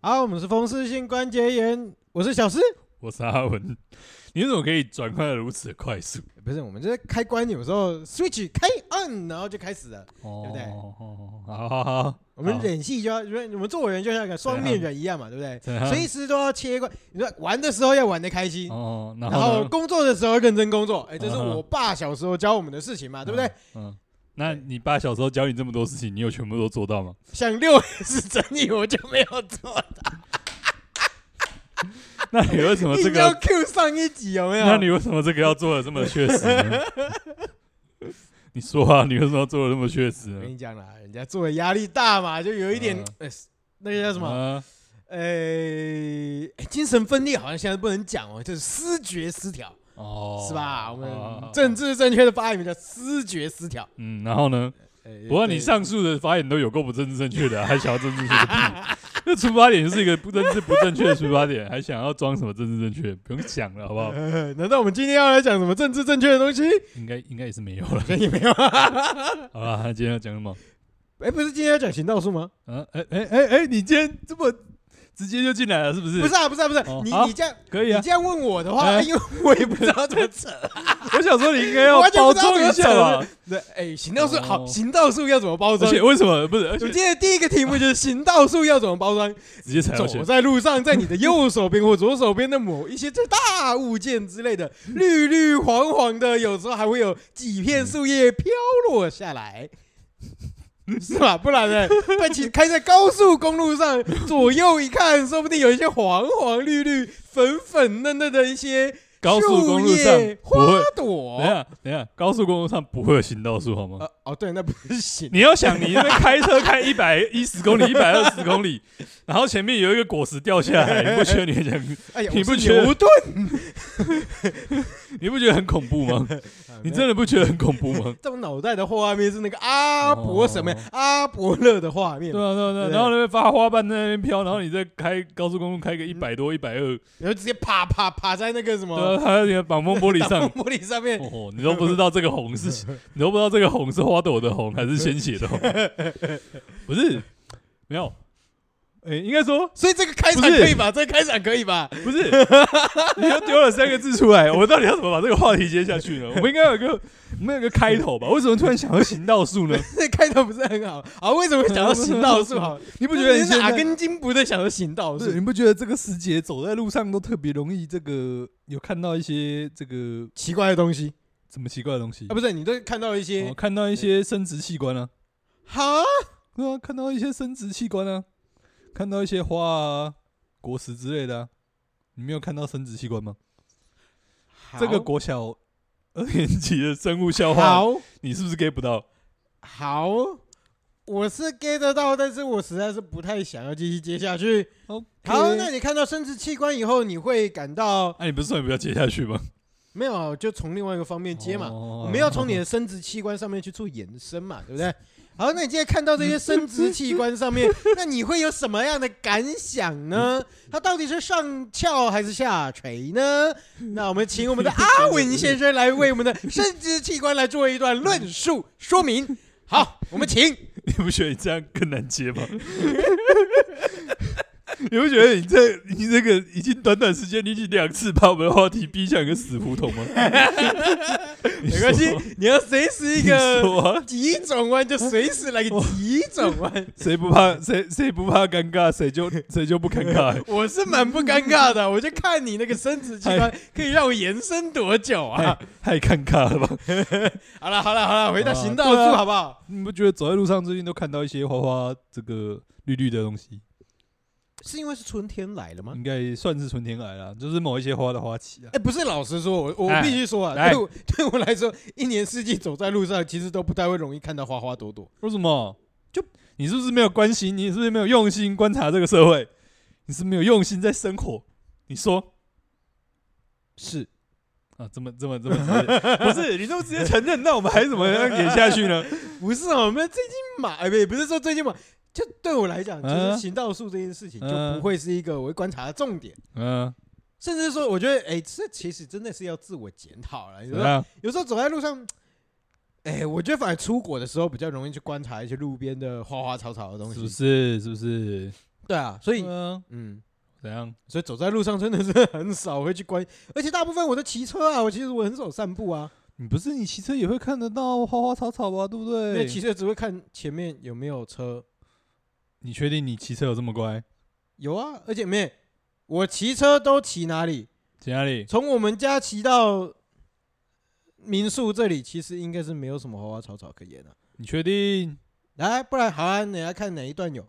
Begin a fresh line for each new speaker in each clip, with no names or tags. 好，我们是风湿性关节炎，我是小诗。
我是阿文，你怎么可以转换得如此快速？
哎不是，我们这开关有时候 switch 开 on，然后就开始了。
哦
对不对
好好好，
我们
好
演戏就要，因为我们做人就像个双面人一样 嘛，对不
怎
对？
样
随时都要切换。你说玩的时候要玩的开 心，
哦，然
然
后
后
呢
工作的时候认真工 作。哎，这
嗯
是我爸小时候教我们的事情嘛，对不对？？
嗯，那你爸小时候教你这么多事情，你有全部都做到 吗？
像六是整理我就没有 做，
那你为什么这
硬要
个？
Q 上一集有没有？
那你为什么这个要做的这么确 实呢？你说啊，你为什么要做的这么确实
我跟
呢？
你讲啦，人家做的压力大嘛，就有一点
嗯
呃那个叫什么？
啊？
呃、哎精神分裂好像现在不能讲哦，就是思觉失调，
哦，
是吧？我
哦
们政，治正确的发言叫思觉失调。
嗯，然后呢？
呃
不过你
对
上述的发言都有够不政治正确的啊，还想要政治正确 的屁？那出发点就是一个不政治不正确的出发点，还想要装什么政治正确？不用想了，好不好？
呃 难道我们今天要来讲什么政治正确的东西？
应该应该也是没有
好。
了
像也没有。啊
好了，那今天要讲什么？
哎、不是今天要讲行道树吗？
嗯，哎哎哎哎，你今天这么直接就进来了，是不是？
不是，啊，不是啊，不是啊、
哦
你
好
你这样、
可以
你
啊。
这样问我的话，
哎
因为我也不知道怎么扯。
我想说你应该 要
我完全
包
不知道
装一下
怎么
吧。
对，哎、行道树、
哦
好，行道树要怎么包
而
装？
且为什么不是？而
我
且
们今天的第一个题目就是行道树要怎么包装。
直接踩
走
到钱，
在路上，在你的右手边或左手边的某一些这大物件之类 的，绿绿黄黄的，有时候还会有几片树叶飘落下来， 是吧？不然呢？但其实开在高速公路上，左右一看，说不定有一些黄黄绿绿、粉粉嫩嫩的一些
高速公路上
树叶
不会
花。
等一
朵。
下，等一下，高速公路上不会有行道树好吗？
呃，哦，对，那不行。
你要想，你那边开车开一百一十公里、一百二十公 里，然后前面有一个果实掉下来，你不觉得你很想
哎呀，
你不
我是
觉得
牛顿？
你不觉得很恐怖 吗？你真的不觉得很恐怖吗？
在我脑袋的画面是那个阿伯什么呀
哦
阿伯勒的画面
对，啊，对啊，对啊。
对
然后那边发花瓣在那边飘，然后你再开高速公路开个一百多、一百二，
然后直接啪啪啪在那个什
对
么
啊，还有你的挡风玻璃上
挡，风玻璃上面，
哦，你都不知道这个红 是，你都不知道这个红是花朵的红还是鲜血的 红，不是，没有，诶、应该说
所以这个开场
不是
可以吧？这个开场可以吧？
不是，你又丢了三个字出来， 我们到底要怎么把这个话题接下 去呢？我们应该有一个，我们有一个开头吧？为什么突然想到行道树 呢？
这个开头不是很好啊？为什么会讲到行道 树好？
你不
不
觉得你
是
现
哪
在
根筋不对想到行道
对，
树？
你不觉得这个时节走在路上都特别容易这个有看到一些这个
奇怪的东西
什么奇怪的东西
啊？？不是，你都看到一
我
些
看到一些生殖器官啊，
哈？
对啊，看到一些生殖器官啊，看到一些花啊、果实之类的啊。你没有看到生殖器官吗？这个国小二年级的生物笑话，
好
你是不是 get 不到？
好，我是 get 得到，但是我实在是不太想要继续接下去。好，那
那
你看到生殖器官以后，你会感到
那啊你不是说你不要接下去吗？
没有啊？就从另外一个方面接嘛。
哦
我们要从你的生殖器官上面去做延伸嘛，对不 对？好，那你今天看到这些生殖器官上面，那你会有什么样的感想 呢？它到底是上翘还是下垂呢？那我们请我 们的阿文先生来为我们的 生殖器官来做一段论述说明。好，我们请。
你不觉得你这样更难接 吗？你不觉得你这你这个已经短短时间，你已经两次把我们的话题逼向一个死 胡同吗？
没关系
你说，
你要随时一
你
个
说啊
急转弯就随时来个急转 弯。
谁不怕谁谁不怕尴尬，谁就谁就不尴尬、
我是蛮不尴尬的，我就看你那个生殖器
哎
官可以让我延伸多久啊
太！哎太尴尬了吧？
好了好了好了，回到行道
对
树
啊
好不好？
你不觉得走在路上最近都看到一些花花这个绿绿的东西，
是因为是春天来了吗？
应该算是春天来了，就是某一些花的花期啊
哎、。不是，老实说，我我
哎
必须说啊，
来
对我 对我来说，一年四季走在路上，其实都不太会容易看到花花朵朵。
为什么？就你是不是没有关心？你是不是没有用心观察这个社会？你是不是没有用心在生活？你说
是，
啊，这么这么这么直接， 不是你这么直接承认，那我们还怎么样演下去呢？
不是啊？我们最近买，哎不、不是说最近买，就对我来讲，就是
嗯
行道树这件事情就
嗯
不会是一个我会观察的重点。
嗯，
甚至说，我觉得，哎、这其实真的是要自我检讨了。你
怎
说
么样？
有时候走在路上，哎、我觉得反而出国的时候比较容易去观察一些路边的花花草草的东西。
是不是？是不是？
对啊，所以
对啊，
嗯，
怎样？
所以走在路上真的是 很少会去关，而且大部分我都骑车啊，我其实我很少散步啊，
你不是你骑车也会看得到花花草草吧？对不
因
对
为？骑车只会看前面有没有车，
你确定你骑车有这么乖？
有啊，而且没我骑车都骑哪里？
在哪里？
从我们家骑到民宿这里，其实应该是没有什么花花草草可言的、啊。
你确定？
来，不然好啊，你来看哪一段有？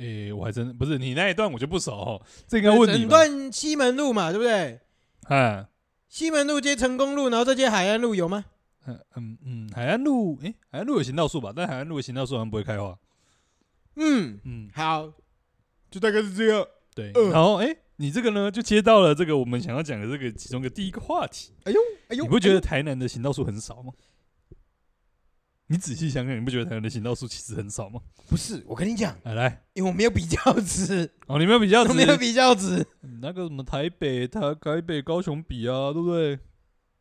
诶、我还真不是你那一段我就不熟哦，这应该问你
整
吧。
段西门路嘛，对不对？
哎，
西门路接成功路，然后再接海岸路，有吗？
嗯嗯嗯，海岸路，诶、海岸路有行道树吧？但海岸路的行道树好像不会开花。
嗯，
嗯，
好，就大概是这样。
对。
呃
然后诶、你这个呢，就接到了这个我们想要讲的这个其中一个第一个话题。
哎呦，哎呦，
你不觉得台南的行道树很少吗？你仔细想想，你不觉得台南的行道树其实很少吗？
哎呦不是？我跟你讲，
来来，
因为我没有比较 值，
哦，你没有比较
我
值
没，有比较值，
嗯那个什么台北、台台北、高雄比啊，对 不对？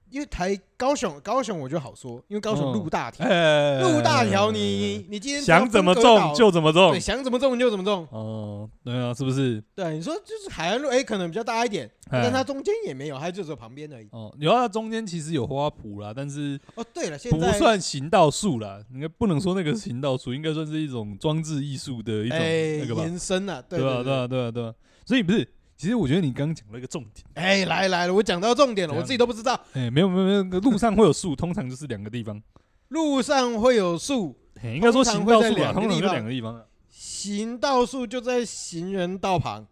因为台高雄，高雄我就好说，因为高雄
嗯
路大条，
哎，
路大条，你你今天只要
想怎么
分割
种
岛
就怎么种
对，。想怎么种就怎么种。
哦，对啊，是不是？
对，你说就是海岸路，哎，可能比较大一点，
哎
但它中间也没有，它就只有旁边而已。
哦，有啊，中间其实有花圃啦，但是
哦，对了，现
不
在
算行道树啦，应该不能说那个是行道树，应该算是一种装置艺术的一种
哎
那个吧，
延伸了，对
吧？对啊，对啊，对啊。所以不是，其实我觉得你刚刚讲了一个重点，
哎，来来了，我讲到重点了，
怎
我
样
自己都不知道，
哎，没有没有没有，路上会有树，通常就是两个地方，
路上会有树，
嘿应该说行道树啦，
通常会在
通常
两个地
就
方
两个地方啊。
行道树就在行人道旁。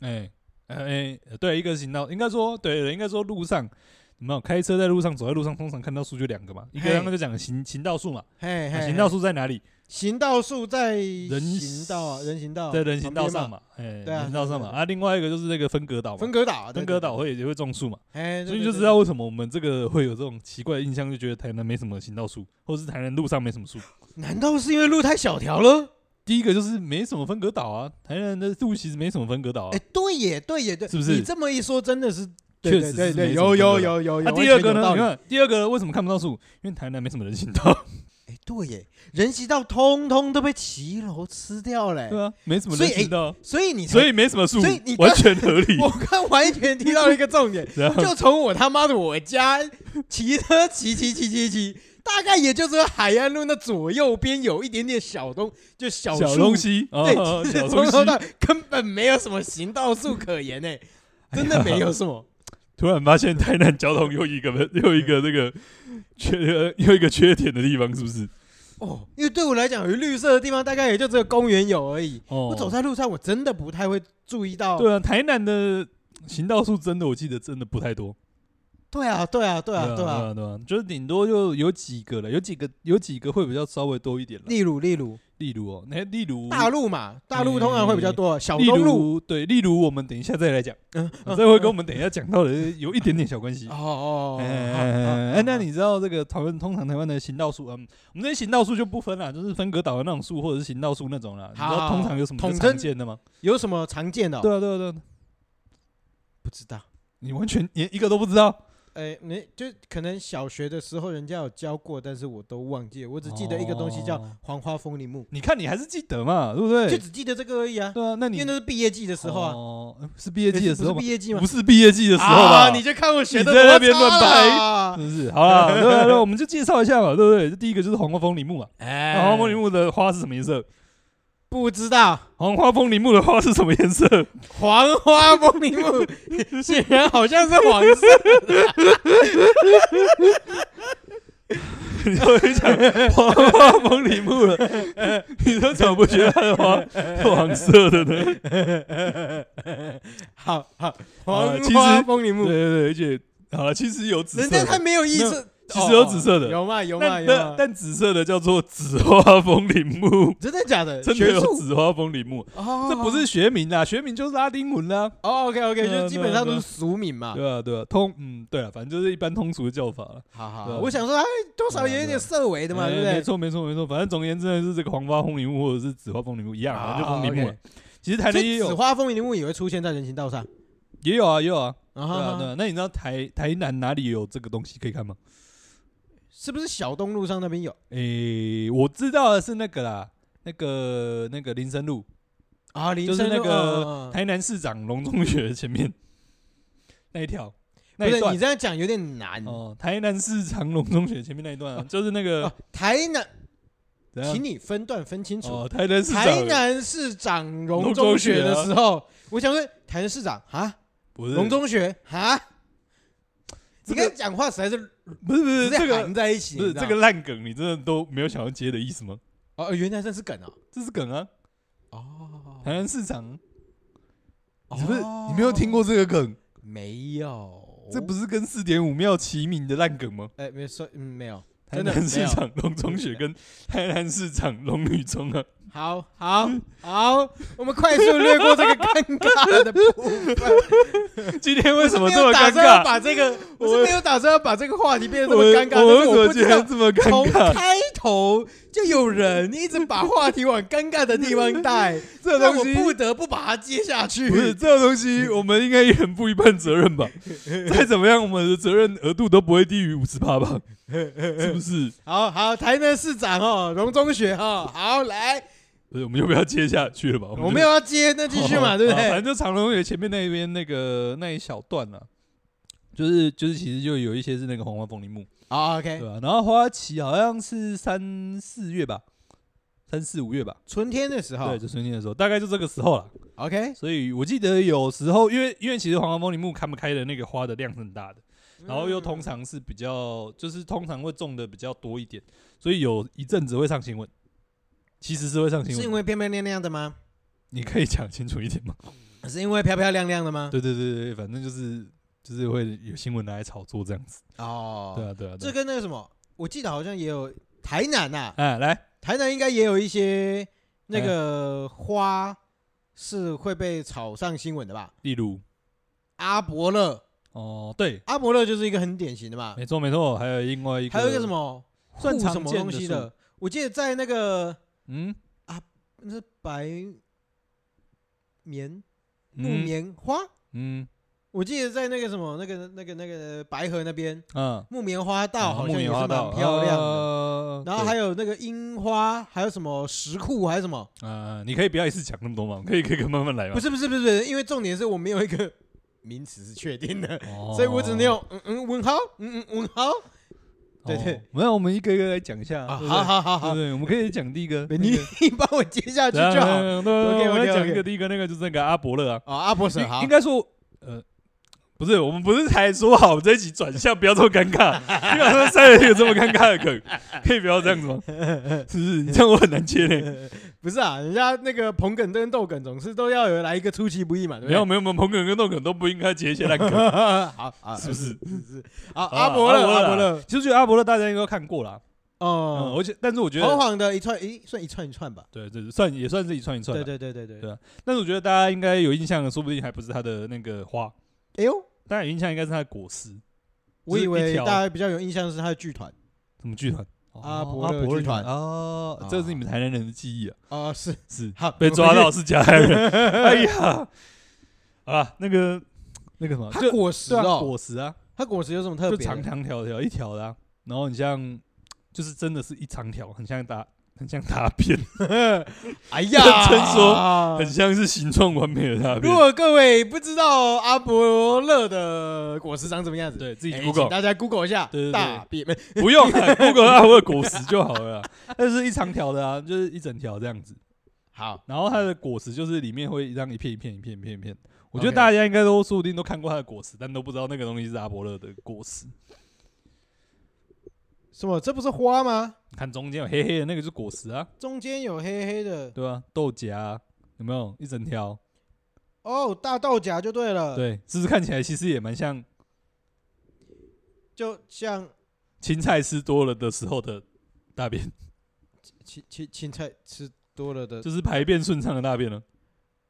哎哎哎，呃对，一个行道，应该说对，应该说路上。有没有开车在路上，走在路上，通常看到树就两个嘛，一个
嘿
刚刚就讲行行道树嘛，
嘿，
啊
嘿
行道，
嘿
树在哪里？
行道树在
人
行道啊，人行道，
在嗯人行道上
嘛，
嘛，哎，
对啊
人行道上嘛。
对对
啊，另外一个就是那个分隔岛嘛
分，隔岛啊，
分
对
隔岛，会也会种树嘛，
对对哎，对
所以
对
就
对
知道为什么我们这个会有这种奇怪的印象，就觉得台南没什么行道树，或是台南路上没什么树。
难道是因为路太小条了？
第一个就是没什么分隔岛啊，台南的路其实没什么分隔岛啊
哎，。对耶，对耶，对，
是不是
你这么一说，真的是，对
确实是
对对对
没什
有
么
有
分隔岛
有有有。
那
完
啊第
全
二个
有
呢？
道
你
理
看第二个为什么看不到树？因为台南没什么人行道，
哎、对耶，人行道通通都被骑楼吃掉嘞、
对啊，没什么人行道，
哎所以你才
所以没什么树
所以你，刚
完全合理。，
我刚完全提到了一个重点
然后
就从我他妈的我家骑车骑骑骑骑骑，大概也就只有海岸路那左右边有一点点小东，就小
小
树
东。西，
对，
哦
其
小
实从
东西
头，到尾根本没有什么行道树可言诶、真的没有什么。
突然发现台南交通又一个又一个那个缺呃又一个缺点的地方，是不是？
哦，因为对我来讲，有绿色的地方大概也就只有公园有而已。
哦
我走在路上，我真的不太会注意到。
对啊，台南的行道树真的我记得真的不太多。
对啊，对啊，对啊，
对
对啊。
对啊，就是顶多就有几个了，有几个有几个会比较稍微多一点了。
例如，例如
例如哦，那例如
大陆嘛，大陆通常会比较多，小
例
东路，
如对，例如我们等一下再 来讲，
嗯，嗯
这会跟我们等一下讲到的有一点点小关系
哦。 哦，
哎哎哎哎
哎，
哎，那你知道这个台湾通常台湾的行道树，嗯，我们这些行道树就不分了，就是分隔岛的那种树，或者是行道树那种啦。你知道
好
通常有什么比较
统
常
称
见的吗？
有什么常见的哦？
对啊，对啊，对啊，
不知道，
你完全连一个都不知道。
哎，没，就可能小学的时候人家有教过，但是我都忘记了，我只记得一个东西叫
哦
黄花风铃木，
你看你还是记得嘛，对不
就
对？
只记得这个而已啊，
对啊，那
因
你
为那是毕业季的时候啊，
哦，呃是毕业季的时候
不
吗
是？毕业季吗
不？是毕业季的时候吧？
啊，你就看我学的
你在那
多
边乱
差啦
是不是？好啦，对啊对啊，我们就介绍一下嘛，对不对？这第一个就是黄花风铃木嘛。那
哎，
黄花风铃木的花是什么颜色？
不知道，
黄花风铃木的花是什么颜色？
黄花风铃 木显然好像是黄色。
你都会讲黄花风铃 木了，你都怎么不觉得它的花是黄色的呢？
好好，
啊
黄
其实
花风铃
对
木，
对对，而且好了，其实有紫
人
色
家他
的，
没有意
没
识，
其实有紫色的
哦有嘛有嘛
但
有
但
嘛，
但紫色的叫做紫花风铃木，
真的假的？
真的
学
有
术
紫花风铃木，
哦
这不是学名啦，学名就是拉丁文啦。
哦，OK OK，
对啊
就基本上都
对啊对啊
是俗名嘛。
对啊，对啊，通嗯，对啊，反正就是一般通俗的叫法了。
好
对啊
好，我想说，哎，多少有一点色违的嘛，
哎
对
没
不对？
错，没错，没错。反正总而言之呢，是这个黄花风铃木或者是紫花风铃木一样，反正就
好
风铃木嘛。
哦 OK
其实台
所
南也
以紫
有，
花风铃木也会出现在人行道上。
也有啊，也有啊。
啊
对啊，
哈
对
哈，
啊。那你知道台台南哪里有这个东西可以看吗？
是不是小东路上那边有？
诶，我知道的是那个啦，那个那个林森路，
啊，林
就是
森
那
路
个
嗯嗯嗯
台南市长龙中学前面 那一条，那
不
一
是你
段
这样讲有点难
哦，台南市长龙中学前面那一段啊，就是那个
啊。台南，
怎样
请你分段分清楚。
哦，台南市
台
长
南市长
龙
荣
中
中
学
学的
啊
时候，我想问台南市长啊，
不是
龙中学啊，
这
你
个
跟讲话实在是
不是不是
直接
这个
含在一起，
不
你
是
知
这
道
个
吗
烂梗，你真的都没有想要接的意思吗？
哦，原来这是梗哦。
这是梗啊，
哦
台南市长，你是不是你没有听？过这个梗？
没有，
这不是跟四点五庙齐名的烂梗吗？
哎，没说，嗯，没有，
台
真的
南市
没有。
长龙中学跟台南市长龙女中 啊，
好好好，我们快速略过这个尴尬的部分。
今天为什么
我是
这
没有
么
打
尴
算要
尬？
把这个，我
我
是没有打算要把这个话题变得这
我
么尴尬，但
我为
是
什么
不
今
知道
天这么尴
从
尬？
开头就有人一直把话题往尴尬的地方带，
这
让
东
我
西
不得不把它接下去。
不是这个东西，我们应该一人负一半 责任吧？再怎么样，我们的责任额度都不会低于五十八 吧？是不是？
好好，台南市长哦，荣中学哦，好来，
不是，我们就不要接下去了吧？
我
就
们要接，那继续嘛，
哦
对不
啊
对？
反正就长隆也前面那边那个那一小段啊，就是就是其实就有一些是那个黄花风铃木，
好
对
，OK，
吧、然后花旗好像是三四月吧，三四五月吧，
春天的时候
对，就春天的时候，大概就这个时候了。
，OK，
所以我记得有时候，因为因为其实黄花风铃木他们开的那个花的量是很大的，
嗯
然后又通常是比较就是通常会种的比较多一点，所以有一阵子会上新闻，其实是会上新
是因
闻的。
为漂漂亮亮的吗？
你可以讲清楚一点吗？
是因为漂漂亮亮的吗？
对对对对，反正就是就是会有新闻拿来炒作这样子。
哦，
对啊对啊，对
这
啊
跟那个什么，我记得好像也有台南啊呐、
哎来，
台南应该也有一些那
哎
个花是会被炒上新闻的吧？
例如
阿伯乐，
哦对，
阿伯乐就是一个很典型的嘛。
没错没错，还有另外一个
啊还有一个什么
算
护
常
什么
见
东
的
西
树
的，我记得在那个
嗯
那是白棉木
嗯
棉花，
嗯
我记得在那个什么那个那个那个白河那边
啊，
木棉花道
然后
好
木
像也
棉
是
花
蛮
道啊
漂亮的。
的
然后还有那个樱花，还有什么石库，还有什么？
啊，你可以不要一次讲那么多嘛，可以可以可以慢慢来嘛。
不是不是不是不是，因为重点是我没有一个名词是确定的，
哦，
所以我只能用嗯嗯问号，嗯嗯问号。对对
哦，没有，我们一个一个来讲一下。
啊，
对不对
好，好好
对
好，
对，我们可以讲第一个，
你你帮我接下去
对 啊
就好。
对对对
OK，OK，
我们来讲一
OK
个第一个那个就是那个阿伯乐啊，
哦，阿伯婶
应
好
应，该说，呃，不是，我们不是才说好这一集转向不要这么尴 尬，你好像塞了一个这么尴尬的梗，可以不要这样 子吗？是不是？你这样我很难接嘞。
不是啊，人家那个捧梗跟逗梗总是都要有来一个出其不意嘛，对不
没有没有，我们彭梗跟豆梗都不应该接一些烂梗，
对？好啊，
是不是？
是是好，
好啦
阿嗯伯乐，阿伯
啦
乐，
其实啊觉得阿伯乐大家应该都看过啦，嗯，
哦，
而且但是我觉
黄
得，
黄的一串，诶，算一串一串吧。
对对，对算也算是一串一串
对
啦，
对对对对
对。但是我觉得大家应该有印象的，说不定还不是它的那个花，
哎呦，
大家有印象应该是它的果实，
我
就是
以
一
为
条
大家比较有印象是他的剧团
什么剧团？
阿伯
哦阿
乐
伯乐
剧团
哦，这是你们台南人的记忆啊，
啊，是
是
好
被抓到，是加害人。哎呀，啊，那个那个什么，
他
就
果实
对啊，
哦，
果实啊，
他果实有什么特
就
别的？
长长条条一条的啊，然后你像就是真的是一长条，很像大，很像大便，
哎呀，
认真说很像是形状完美的大
啊如
便。
果各位不知道阿伯乐的果实长什么样子，
对自己
哎
Google
请大家 Google 一下，
对对对
大便没
不用啊 ，Google 阿伯的果实就好了啊，但是一长条的啊，就是一整条这样子。
好，
然后它的果实就是里面会让一片一片一片一片一片。我觉得
OK
大家应该都说不定都看过它的果实，但都不知道那个东西是阿伯勒的果实。
什么？这不是花吗？
你看中间有黑黑的那个就是果实啊，
中间有黑黑的，
对吧、豆荚啊、有没有一整条？
哦，大豆荚就对了，，
对，是不是看起来其实也蛮像
就像
青菜吃多了的时候的大便，
青青青菜吃多了的，
就是排便顺畅的大便了。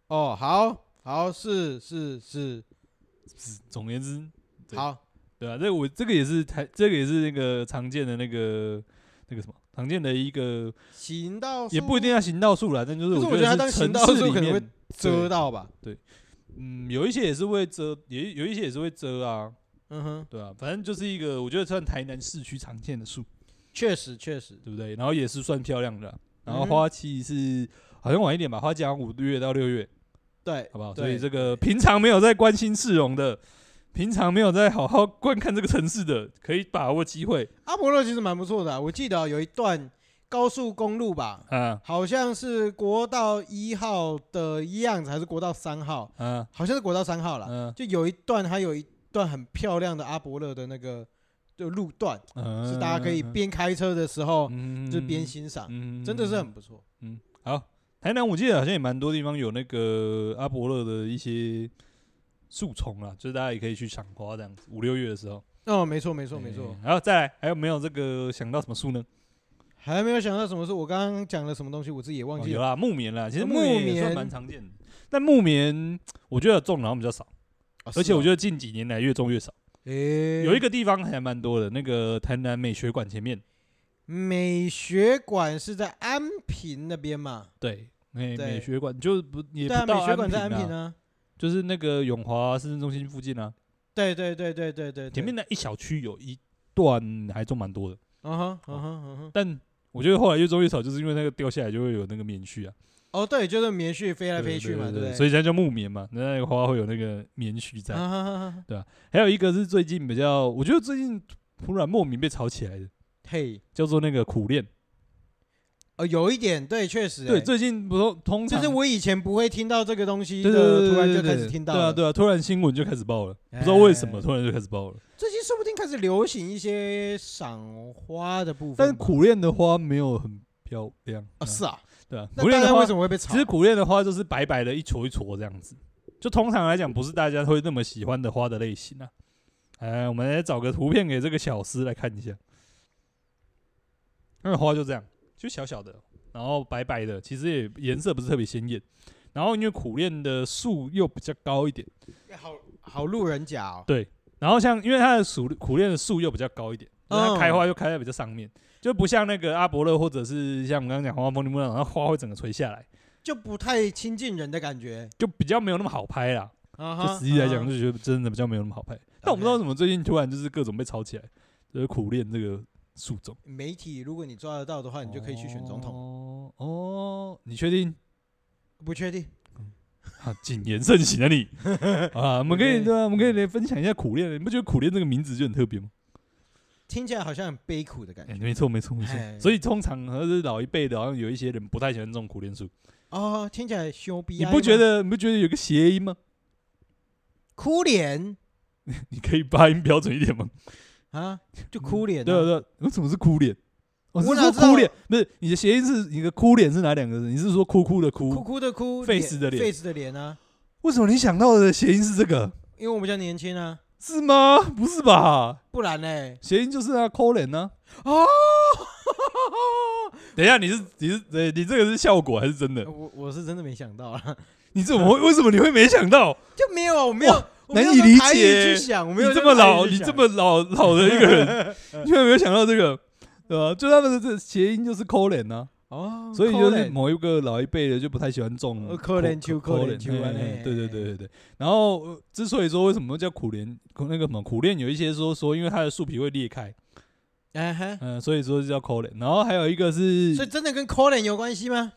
哦，好好是是是，
是总而言之，对
好，
对啊，这个我这个也是台，这个也是那个常见的那个那个什么常见的一个，
行到
也不一定
要
要行道树啦，但就是
哦可是
我
我
觉
觉得它当
是
行
城
道
市
树
里
可能会
面
遮
对
到吧，
嗯，有一些也是会遮，也有一些也是会遮啊，
嗯哼，
对啊，反正就是一个我觉得算台南市区常见的树，
确实确实，
对不对？然后也是算漂亮的啊、然后
嗯哼
花期是、好像晚一点吧，花季好像五月到六月，
对，
好不好？
对
所以这
对
个平常没有在关心市容的，平常没有在好好观看这个城市的，可以把握机会
阿婆勒其实蛮不错的啊、我记得有一段高速公路吧，
啊
好像是国道一号的样子，还是国道三号？
啊
好像是国道三号啦。
嗯
就有一段，还有一段很漂亮的阿伯勒的那个就路段，
嗯，
是大家可以边开车的时候就边欣赏，
嗯，嗯
真的是很不错。
嗯好。台南我记得好像也蛮多地方有那个阿伯勒的一些树丛啦，就是大家也可以去赏花这样子。五六月的时候，
哦，没错，没错，没错
哎。然后再来，还有没有这个想到什么树呢？
还没有想到什么事，我刚刚讲了什么东西，我自己也忘
哦
记
有
了。
啦，木棉啦，其实
哦
木
木
棉也
棉
算蛮常见的，但木棉我觉得种的好像比较少。而且我觉
得，
得近几年来越种越少。
哦诶，
有一个地方还蛮多的，那个台南美学馆前面，
美学馆是在安平那边嘛？
对，美
对
美学馆就是不
对
也不
啊，
到
美学馆在安
安
平
啊，
啊。
就是那个永华市政中心附近啊，
对对对对对对，对
前面。那一小区有一段还种蛮多的，
嗯哼嗯哼嗯哼。
但我觉得后来越种越少，就是因为那个掉下来就会有那个棉絮啊，
哦，对，就是棉絮飞来
对
飞去嘛，不
对
对？
所
以，
以现在叫木棉嘛，那那个花会有那个棉絮在。
哈哈哈
还有一个是最近比较，我觉得最近突然莫名被炒起来的，
嘿，
叫做那个苦练。
哦，有一点，对，确实，
对，
诶
最近不是通
就
常
是我以前不会听到这个东西
对对对，
的，
对
突然就
对对
开始听到
对啊，
了。
对啊，突然新闻就开始爆了，不知道为什么
哎
突然就开始爆了。
最近说不定开始流行一些赏花的部分吧。
但是苦恋的花没有很漂亮
啊，是啊，
对啊，
那
苦
大
恋的
家
花
为什，么会被炒？
其实苦恋的花就是白白的一撮一撮这样子，就通常来讲不是大家会那么喜欢的花的类型啊。哎，我们来找个图片给这个小诗来看一下。那个花就这样，就小小的，然后白白的，其实也颜色不是特别鲜艳。然后因为苦恋的树又比较高一点。
哎好好路人甲哦，
然后像因为它的属苦楝的树又比较高一点，就是它
嗯
开花又开在比较上面，就不像那个阿伯勒或者是像我们刚刚讲黄花风铃木那种，它花会整个垂下来，
就不太亲近人的感觉。
就比较没有那么好拍啦。
啊
就
哈，
实际来
啊
讲，
哈
就觉得真的比较没有那么好拍。但我不知道为什么最近突然就是各种被炒起来，就是苦楝这个树种。
媒体，如果你抓得到的话，你就可以去选总统。
哦哦，你确定？
不确定，
啊，谨言慎行啊你啊！我们可以
OK
对啊，我们可以来分享一下苦楝。你不觉得苦楝这个名字就很特别吗？
听起来好像很悲苦的感
哎，
觉。
没错没错没错
哎。
所以通常还是老一辈的，好像有一些人不太喜欢种苦楝树。
哦，听起来羞逼。
你不觉得你不觉得有个谐音吗？
哭脸
你可以发音标准一点吗？
啊？就哭脸、啊。
对啊对啊，为什么是哭脸？我、
我
是
哪
说
知道
哭脸，不是你的谐音是你的哭脸是哪两个字？你是说哭哭的
哭
哭？
哭的哭
face 的脸
，face 的脸啊，
为什么你想到的谐音是这个？
因为我比较年轻啊，
是吗？不是吧？
不然嘞，
谐音就是啊，抠脸呢、
哦，
等一下，你是你是呃你这个是效果还是真 的？
我我是真的没想到 啊，
你怎么会？为什么你会没想到？
就没有啊，我没有
哇
我没有
难以
用
理
台语
解
去想，我没
你
有
这么
用台语
老，
去
你
想
这么老老的一个 人，你居然没有想到这个，对吧、就他们的这谐音就是抠脸呢、啊
哦，
所以就是
可怜
某一个老一辈的就不太喜欢种
呃
苦
可怜秋
苦
可
苦
怜秋
嘿
安
嘿
内
对对对对对。然后呃之所以说为什么叫苦莲，苦那个什么苦莲，有一些说说因为它的树皮会裂开，
哎哈，
嗯、所以说就叫苦莲。然后还有一个是
所以真的跟可怜有关系吗？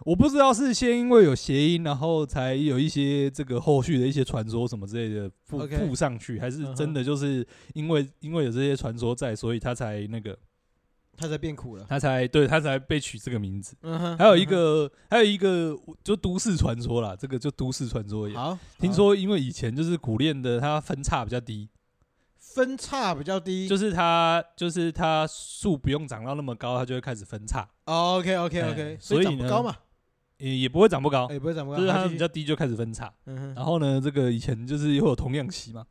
我不知道是先因为有谐音，然后才有一些这个后续的一些传说什么之类的附
OK
附上去，还是
嗯
真
哼
的就是因为因为有这些传说在，所以他才那个
他才变苦了，
他才对他才被取这个名字。
嗯哼，
还有一
嗯
个，还有一个，就都市传说啦，这个就都市传
嗯
说
哼
也。
好，
听
好
说因为以前就是苦练的，它分叉比较低，
分叉比较低，
就是是它就是它树不用长到那么高，它就会开始分叉，
OK OK
哎
OK，
所以
长不
呢
高嘛，
也也不会长不高，
哎，不会长不高，
就是
好
它
继续
比较哦低就开始分叉。
嗯哼，
然后呢，这个以前就是会有童养媳嘛，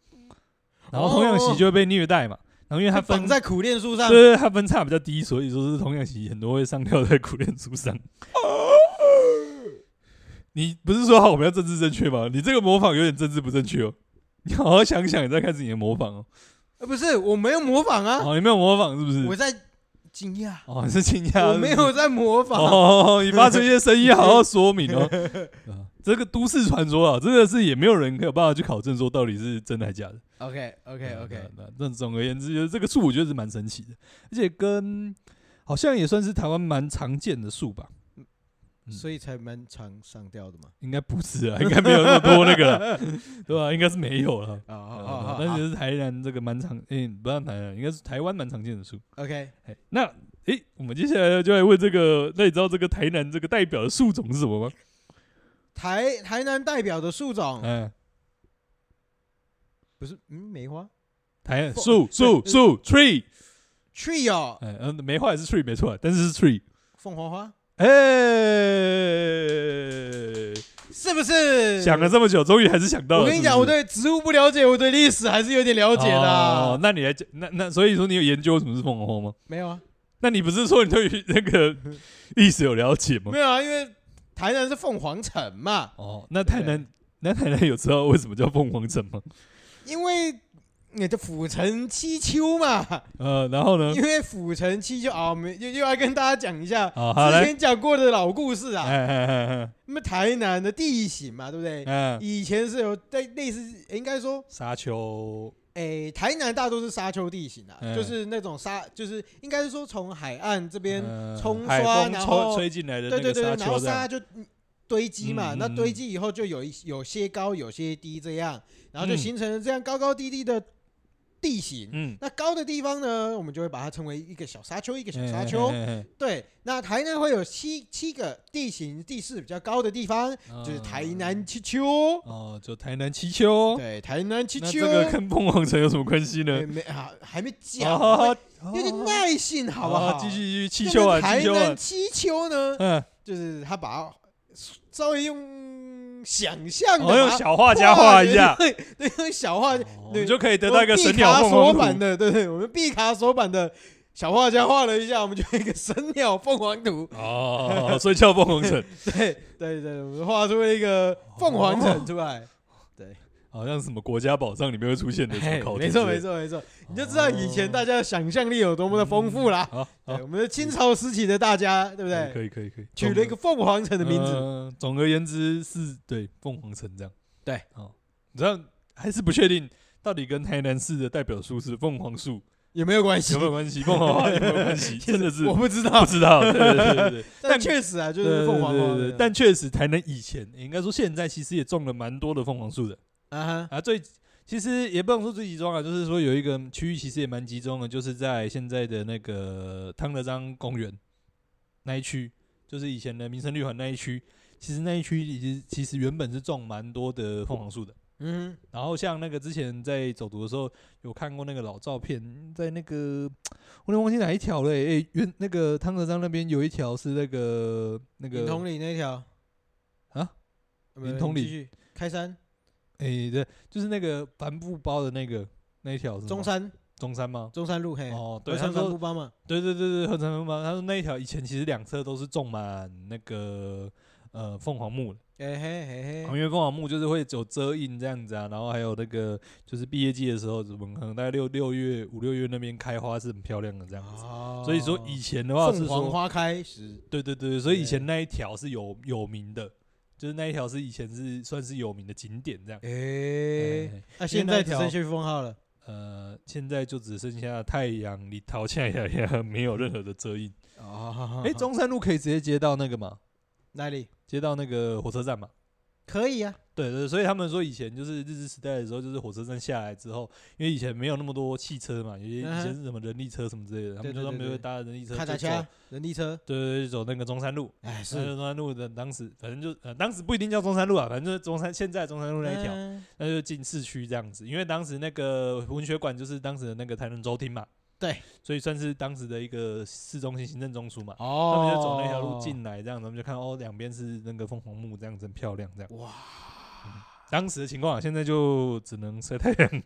然后童养媳就会被虐待嘛，然后因为它
就
分
绑在苦练树上
对，对，对它分叉比较低，所以说是童养媳很多会上吊在苦练 树上。你不是说好我们要政治正确吗？你这个模仿有点政治不正确哦。你好好想想，你再开始你的模仿哦。
呃不是，我没有模仿啊，
哦，你没有模仿是不
我
是？
在惊讶，
哦，你是惊讶？
我没有在模仿，
哦，你发出一些声音，好好说明 哦。啊这个都市传说啊，真的是也没有人有办法去考证说到底是真的还是假的。
OK OK
对啊
OK，
对啊那总而言之，就是这个树我觉得是蛮神奇的，而且跟好像也算是台湾蛮常见的树吧。嗯
所以才蛮常上吊的嘛。
应该不是啊，应该没有那么多那个 啦，对吧、应该是没有了。
啊
对
啊
吧
啊！
但是是台南这个蛮常，诶，不让台南，应该是台湾蛮常见的树。
OK，
哎，那诶，我们接下来就来问这个，那你知道这个台南这个代表的树种是什么吗？
台台南代表的树种
嗯，
不是嗯梅花
台
凤
树树
对
树 tree，
tree 哦，
哎，嗯，梅花也是 tree 没错啊，但是是 tree。
凤凰花
哎，
是不是？
想了这么久，终于还是想到了。
我跟你讲，
是不
我
是
对植物不了解，我对历史还是有点了解的
哦
啊。
那你来讲，那那所以说你有研究什么是凤凰花吗？
没有啊，
那你不是说你对于那个历史有了解吗
没？有啊，因为台南是凤凰城嘛，
哦，那台南，那台南有知道为什么叫凤凰城 吗？
因为你的府城七丘嘛，
呃，然后呢？
因为府城七丘啊，我们又又要跟大家讲一下
哦，好
之
来，
前讲过的老故事
哎
啊。
哎哎
那么台南的地形嘛，对不对
哎，？嗯，
以前是有在类似，应该说，
沙丘，
诶，台南大多是沙丘地形啊，
嗯
就是那种沙，就是应该是说从海岸这边，
嗯
冲刷
海风
然
吹
后
吹进来的
对
那
对
个
对，
沙
然后
丘这
沙
样，
就堆积嘛，
嗯
那
嗯
堆积以后就有一有些高，有些低，这样，然后就
嗯
形成了这样高高低低的地形。
嗯，
那高的地方呢，我们就会把它称为一个小沙丘，一个小沙丘。
哎，哎
对，那台南会有七七个地形地势比较高的地方，
哎
就是台
嗯
南七丘。
哦，就台南七丘。
对，台南七
哦那
丘。
这个跟凤凰城有什么关系呢哦
没？没啊，还没讲，
好，
有点耐性好不好？
哦继续继
那
续七
么
丘啊，
台
七丘
南
啊，
七丘呢？
嗯，
就是他把稍微用想象的
我哦用
把它
小画家画一下，
对，对，用小画家
我
对
们就可以得到一个神鸟
毕卡
凤
索
凰
版
图。
的，对对，我们毕卡索版的小画家画了一下，我们就有一个神鸟凤凰图，
哦，所以叫凤凰城，
对对对，我们画出了一个凤凰城出来，
好像什么国家宝藏里面会出现的什么
哎
考题，
没错 没，错没错，哎你就知道以前大家的想象力有多么的丰富啦。
好，好
对，，
嗯
哎我们的清朝时期的大家，对不对？
可以可嗯以可以，
取了一个凤凰城的名字，
字。总而言之是对凤凰城这样。
对，
哦，你知道还是不确定到底跟台南市的代表树是凤凰树
有没有关系
有没？有关系，凤凰花有没有关系，真的是
我不知道
不，知道，对对对对对。
但确实啊，就是凤凰花
对对
的
对，但确实台南以前应该说现在其实也种了蛮多的凤凰树的
啊哈，
啊，最其实也不能说最集中啊，就是说有一个区域其实也蛮集中的，就是在现在的那个汤德章公园那一区，就是以前的民生绿环那一区，其实那一区其实其实原本是种蛮多的凤凰树的。
嗯哼，
然后像那个之前在走读的时候有看过那个老照片，在那个我有点忘记哪一条了、欸，诶、原那个汤德章那边有一条是那个那个
林同里那条
啊，
没有
林同里
继续开山
诶、哎对，就是那个帆布包的那个那一条是吗
中山
中山吗？
中山路嘿，
哦，对，
中
他
山帆布
说，
包嘛，
对对对对，合成帆布包。他说那一条以前其实两侧都是种满那个呃凤凰木的，
哎嘿嘿
因
嘿，
为凤凰木就是会有遮荫这样子啊，然后还有那个就是毕业季的时候，我们可能大概六六月五六月那边开花是很漂亮的这样子。
哦
所以说以前的话是
凤凰
说，
花开时，
对对对，所以以前
对
那一条是有有名的，就是那一条是以前是算是有名的景点这样。
哎，
哎
那现在只剩薛风号了，
呃，现在就只剩下太阳里逃下呀呀，没有任何的遮荫。
哦，
哎、中山路可以直接接到那个嘛，
哪里
接到那个火车站嘛。
可以啊？
对对，所以他们说以前就是日治时代的时候，就是火车站下来之后，因为以前没有那么多汽车嘛，有些以
嗯哼
前是什么人力车什么之类的，他
对
们
对
就他
对
们
对
会搭人力车啊
卡
就
达
走，
车人力车，
对对对，就走那个中山路。
哎
那
是
就中山路的当时反正就呃当时不一定叫中山路啊，反正就是中山现在中山路那一条，
嗯
那就进市区这样子，因为当时那个文学馆就是当时的那个台南州厅嘛，
对，
所以算是当时的一个市中心行政中枢嘛。
哦，
他们就走那条路，进来，这样子，我们就看到哦，两边是那个凤凰木，这样子很漂亮，这样。嗯
哇，
当时的情况啊，现在就只能晒太阳，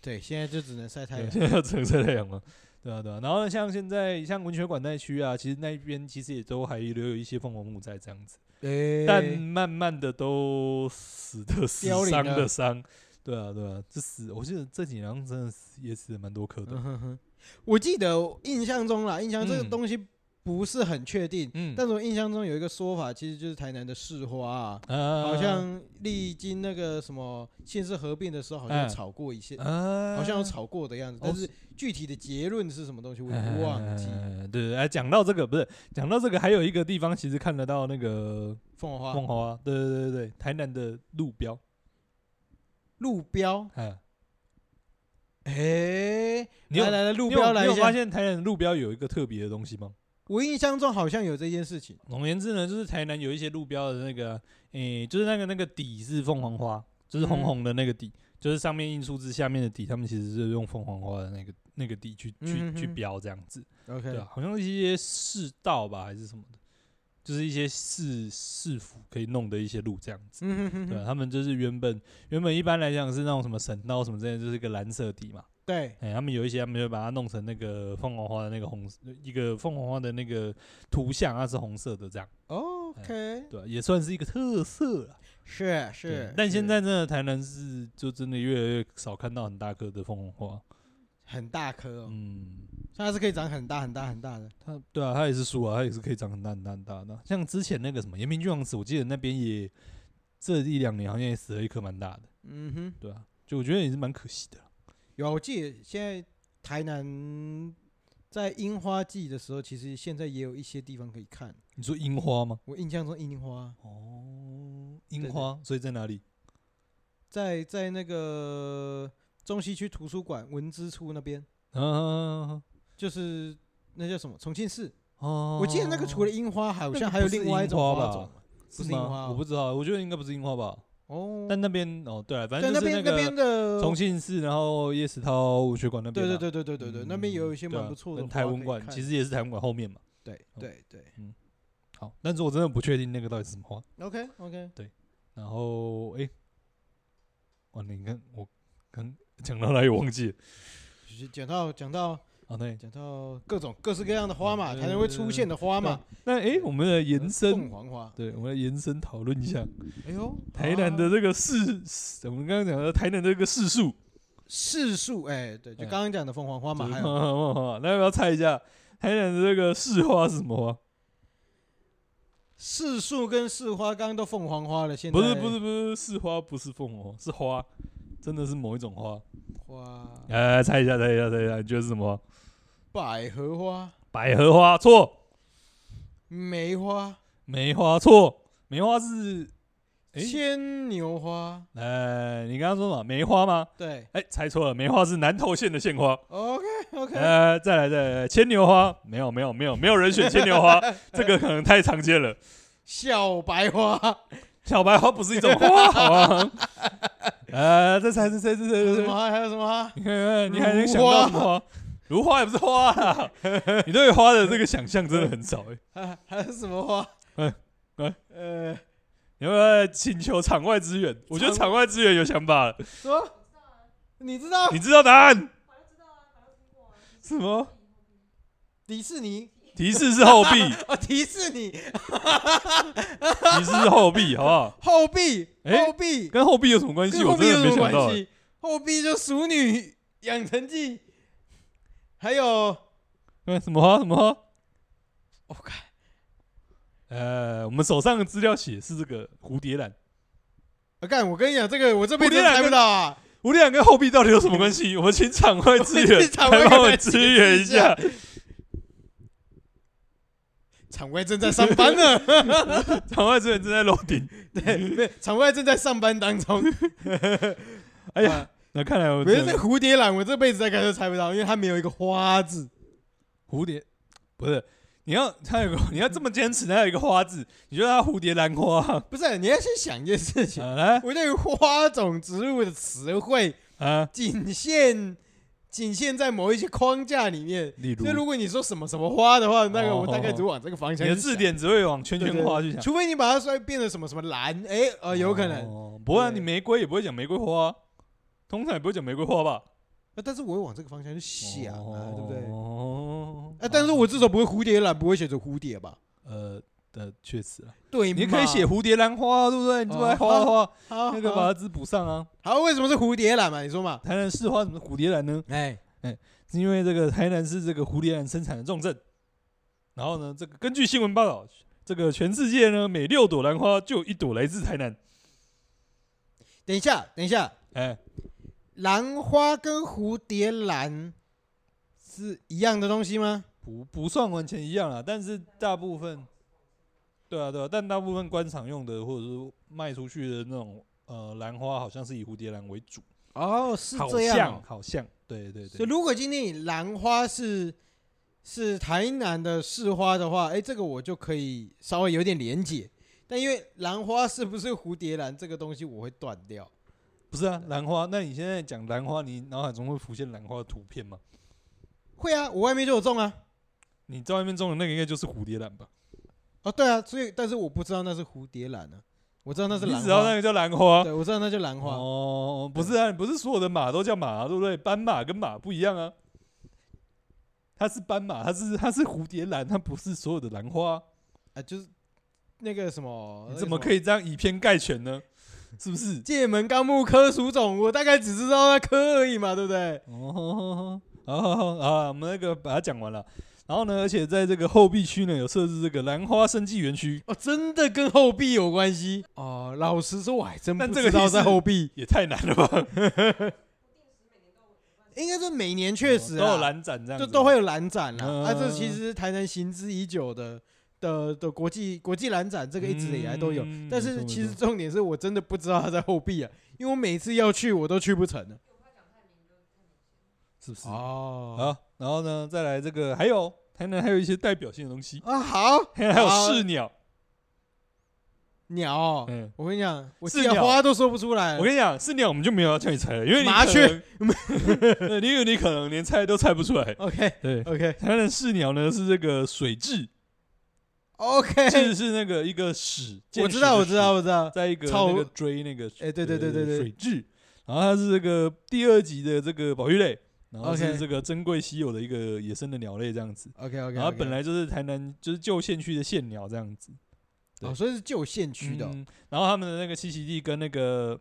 对，现在就只能晒太
对，
阳，
现在就只能晒太阳了，对啊，对啊。然后像现在像文学馆那一区啊，其实那一边其实也都还留有一些凤凰木在这样子。
哎
但慢慢的都死的死
凋，零
伤
了
的伤。对啊，对啊，这死，我记得这几年好像真的死也死了蛮多颗的。
嗯哼哼，我记得我印象中啦，印象这个
嗯
东西不是很确定，
嗯，
但是我印象中有一个说法，其实就是台南的市花啊，
啊
好像历经那个什么县市合并的时候，好像
嗯
吵过一些，
啊，
好像有吵过的样子，但
哦
是具体的结论是什么东西我
哎
忘记。
对对，哎，讲到这个不是，讲到这个还有一个地方其实看得到那个
凤凰花
凤凰花，对对对对，台南的路标，
路标，
哎，
哎，
你有
来来来，路
你
标
有
来
你
一
有发
下。
现台南的路标有一个特别的东西吗？
我印象中好像有这件事情，
总而言之呢，就是台南有一些路标的那个，诶、就是那个那个底是凤凰花，就是红
嗯
红的那个底，就是上面印数字，下面的底，他们其实是用凤凰花的那个那个底去去、
嗯哼
去
哼
标这样子，对、
OK，
啊，好像一些市道吧还是什么的，就是一些市市府可以弄的一些路这样子。
嗯哼哼
对啊、
哼，
他们就是原本原本一般来讲是那种什么省道什么之类的，就是一个蓝色底嘛。
对，
哎、他们有一些他们就把它弄成那个凤凰花的那个红，一个凤凰花的那个图像，它是红色的这样。
，OK，
对啊、也算是一个特色了。
是
对
是，
但现
是
在真的台南市就真的越来越少看到很大颗的凤凰
哦
花。
很大颗哦，
嗯，
它是可以长很大很大很大的。
它对啊，它也是树啊，它也是可以长很大很大很大的。啊像之前那个什么延平郡王祠，我记得那边也这一两年好像也死了一棵蛮大的，
嗯哼，
对啊，就我觉得也是蛮可惜的啦。
有啊，我记得现在台南在樱花季的时候，其实现在也有一些地方可以看。
你说樱花吗？
我印象中樱花
哦，樱
对
花，所以在哪里？
在在那个中西区图书馆文之处那边，哦
啊，
就是那叫什么重庆市。
哦，
我记得那个除了樱花，好
那
像
个
还有
不是
另外一
樱
种
花
花
吧
种嘛。不
是
是樱
吗
花
我不知道，我觉得应该不是樱花吧。
哦，
但那边哦，对啊，反
对
正
那
就是
边
个
边的
重庆市，然后叶石涛文学馆那边
对
啊、
嗯对对对对对对，那边也有一些
嗯对啊
蛮不错的
跟台
花
文
可以
馆
看
其实也是台文馆后面嘛。
对
嗯
对对
好，但是我真的不确定那个到底是什么花。
，OK OK，
然后诶，哇，你看我刚讲到哪里我 忘记了
就是讲到讲到
啊？对，
讲到各种各式各样的花嘛，
嗯
台南会出现的花嘛，
那诶，我们来延
凤
伸，
凰花。
对，我们来延伸讨论一下
哎呦，
台南的这个市，市我们刚刚讲的台南这个市树，
市树，哎，对，就
哎
刚刚讲的凤凰花嘛，
就是
啊还
花
有
花花花 那要不要猜一下台南的这个市花是什么花？
市树跟市花，刚刚都凤凰花了，现在
不是不是不是是花，不是凤凰，是花，真的是某一种花。
花，
来来来呃猜一下，猜一下，猜一下，你觉得是什么花？
百合花、
百合花错，
梅花、
梅花错，梅花是诶
牵牛花，
哎，你刚刚说什么？梅花吗？
对
哎，猜错了，梅花是南投县的县花。
，OK OK，
呃，再来再来，牵牛花没有没有没有没有人选牵 牛花，这个可能太常见了。
小白花，
小白花不是一种花，好吗？呃，再猜再猜再
还
猜
有
再
什么
猜，
花？还有什么花？
你看看你还能想到什么花？如花也不是花啊， 你对花的这个想象真的很少哎。
还还有什么花？
哎哎
呃，
你要不要请求场外支援？我觉得场外支援有想法了，
什么？你知道
你知道答案？什么？
迪士尼
提示是后 壁，
啊？迪士尼
提示是后壁，好不好？
后壁，
哎
后壁，
跟后壁有什么关系？
跟
我
后壁
真
有
的
什
没
么
想到
关
欸。
系？后壁就《熟女养成记》，还有我
嗯，什么花？什么花？
哦看、
呃，我们手上的资料写是这个蝴蝶兰，
我啊干，我跟你讲，这个我这辈子
蝴
都
蝶兰
猜不到啊！
蝴蝶兰跟后壁到底有什么 关系？我们请场外支援
请场外
来帮我
来
们支援一下。
场外正在上班呢，
场外支援正在楼顶。
对，对场外正在上班当中。啊
哎呀，那看来我
不是
真
这
的
蝴蝶兰，我这辈子大概都猜不到，因为它没有一个花字。
蝴蝶不是你要它有个你要这么坚持，它有一个花字，你就让它蝴蝶 兰花啊
不是，你要先想一件事情，
来
我对于花种植物的词汇
啊，
仅限仅限在某一些框架里面。
例如
所以如果你说什么什么花的话，那个我大概
哦
只往这个方向
你
去
的
想。
字典只会往圈
对
圈
对
花
对
去想，
除非你把它说变成什么什么蓝，哎、呃，有可能。
哦。不然
对
你玫瑰也不会讲玫瑰花啊，通常也不会讲玫瑰花吧？
呃但是我会往这个方向去想啊，对不对？
哦，
啊，但是我至少不会蝴蝶兰，不会写成蝴蝶吧？
呃呃，确实啊，
对嘛，
你可以写蝴蝶兰花啊，对不对？你这
哦
边花花
好
那个
好
把它字补上啊。
好，为什么是蝴蝶兰嘛？你说嘛？
台南市花什么蝴蝶兰呢？
哎，
是因为这个台南市这个蝴蝶兰生产的重镇，然后呢，这个根据新闻报道，这个全世界呢每六朵兰花就有一朵来自台南。
等一下，等一下，
哎，
兰花跟蝴蝶兰是一样的东西吗？
不不算完全一样啦，但是大部分，对啊对啊，但大部分观赏用的或者是卖出去的那种呃兰花，好像是以蝴蝶兰为主，
哦，是
好
这样
像
哦。
好像，对对
所以
对，
如果今天你兰花是是台南的市花的话，哎，这个我就可以稍微有点连结。但因为兰花是不是蝴蝶兰这个东西，我会断掉。
不是啊，兰花，那你现在讲兰花，你脑海中会浮现兰花的图片吗？
会啊，我外面就有种啊。
你在外面种的那个应该就是蝴蝶兰吧？
哦，对啊，所以但是我不知道那是蝴蝶兰啊，我知道那是
你
兰
只知道
花。
那个叫兰花。
对，我知道那叫兰花。
哦，不是啊，不是所有的马都叫马、啊，对不对？斑马跟马不一样啊，它是斑马，它是它是蝴蝶兰，它不是所有的兰花啊、
啊，就是那个什么，
你怎么可
以
以这样以偏概全呢？是不是？
界门纲目科属种？我大概只知道那科而已嘛，对不对？
哦，好好好啊，我们那个把它讲完了。然后呢，而且在这个后壁区呢，有设置这个兰花生技园区，
哦，真的跟后壁有关系哦。老实说，我还真
但
不
这
知
个
道
也
在
是
后壁。
也太难了吧？
应该说每年确实
哦都有
啊，
兰展这样子
就
吗，
都会有蓝展啦。啊，这
嗯
其实台南行之已久的的的国际国际蓝展，这个一直以来都有。
嗯
但
没
是
错
其
没
实
错
重点是我真的不知道它在后壁啊，因为我每次要去我都去不成了。
是不是？
哦，
好，然后呢，再来这个，还有台南还有一些代表性的东西，
啊好，
还有
好
市鸟，
鸟啊哦，
嗯，
我跟你讲，我
是
记得
鸟
花都说不出来了
我。跟你讲，是鸟我们就没有要叫你猜了，因为你
麻
可能 呃因为你可能连猜都猜不出来。
OK
对，
OK
台南的市鸟呢是这个水蛭，
OK，
蛭是那个一个屎，
哎我
箭
知
矢
道
的
我知道
矢，
我知道。
在一个
草
那个追那个，
哎对对对对对
水蛭，然后它是这个第二级的这个保育类，然后
OK
是这个珍贵稀有的一个野生的鸟类这样子，
OK OK，
然后本来就是台南就是旧县区的县鸟这样子，
哦，所以是旧县区的哦
嗯然后他们的那个栖息地跟那个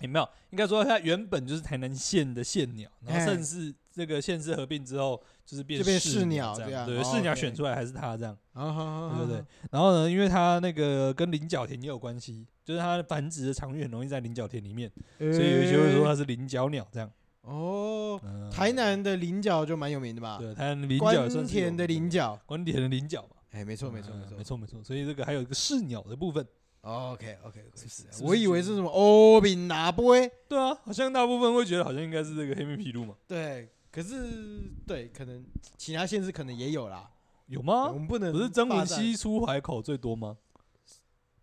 有没有？应该说它原本就是台南县的县鸟，然
哎
后甚至这个县市合并之后，就是变
就变市
市
鸟
这
这样
样。对，
哦
市鸟
OK 嗯
选出来还是它这样，
好，好好
对
好
不嗯对
好？
然后呢，因为它那个跟菱角田也有关系，就是它的繁殖的场域很容易在菱角田里面，所以有些会说它
哎
是菱角鸟这样。
哦，
嗯
台南的菱角就蛮有名的吧？
对，台南的菱角也
关
算是
田的菱
菱，
角，
关田的菱角嘛，
哎，没错没错
嗯
没错
没。错没错。所以这个还有一个市鸟的部分。
OK OK，
是不是是不
我
是
以
觉
为
得
是什么欧饼拿杯，
对啊，好像大部分会觉得好像应该是这个黑面琵鹭嘛，
对，可是对，可能其他县市可能也有啦。
有
对
吗
我？们不能
啊不是曾
霸
文
占
熙出海口最多吗？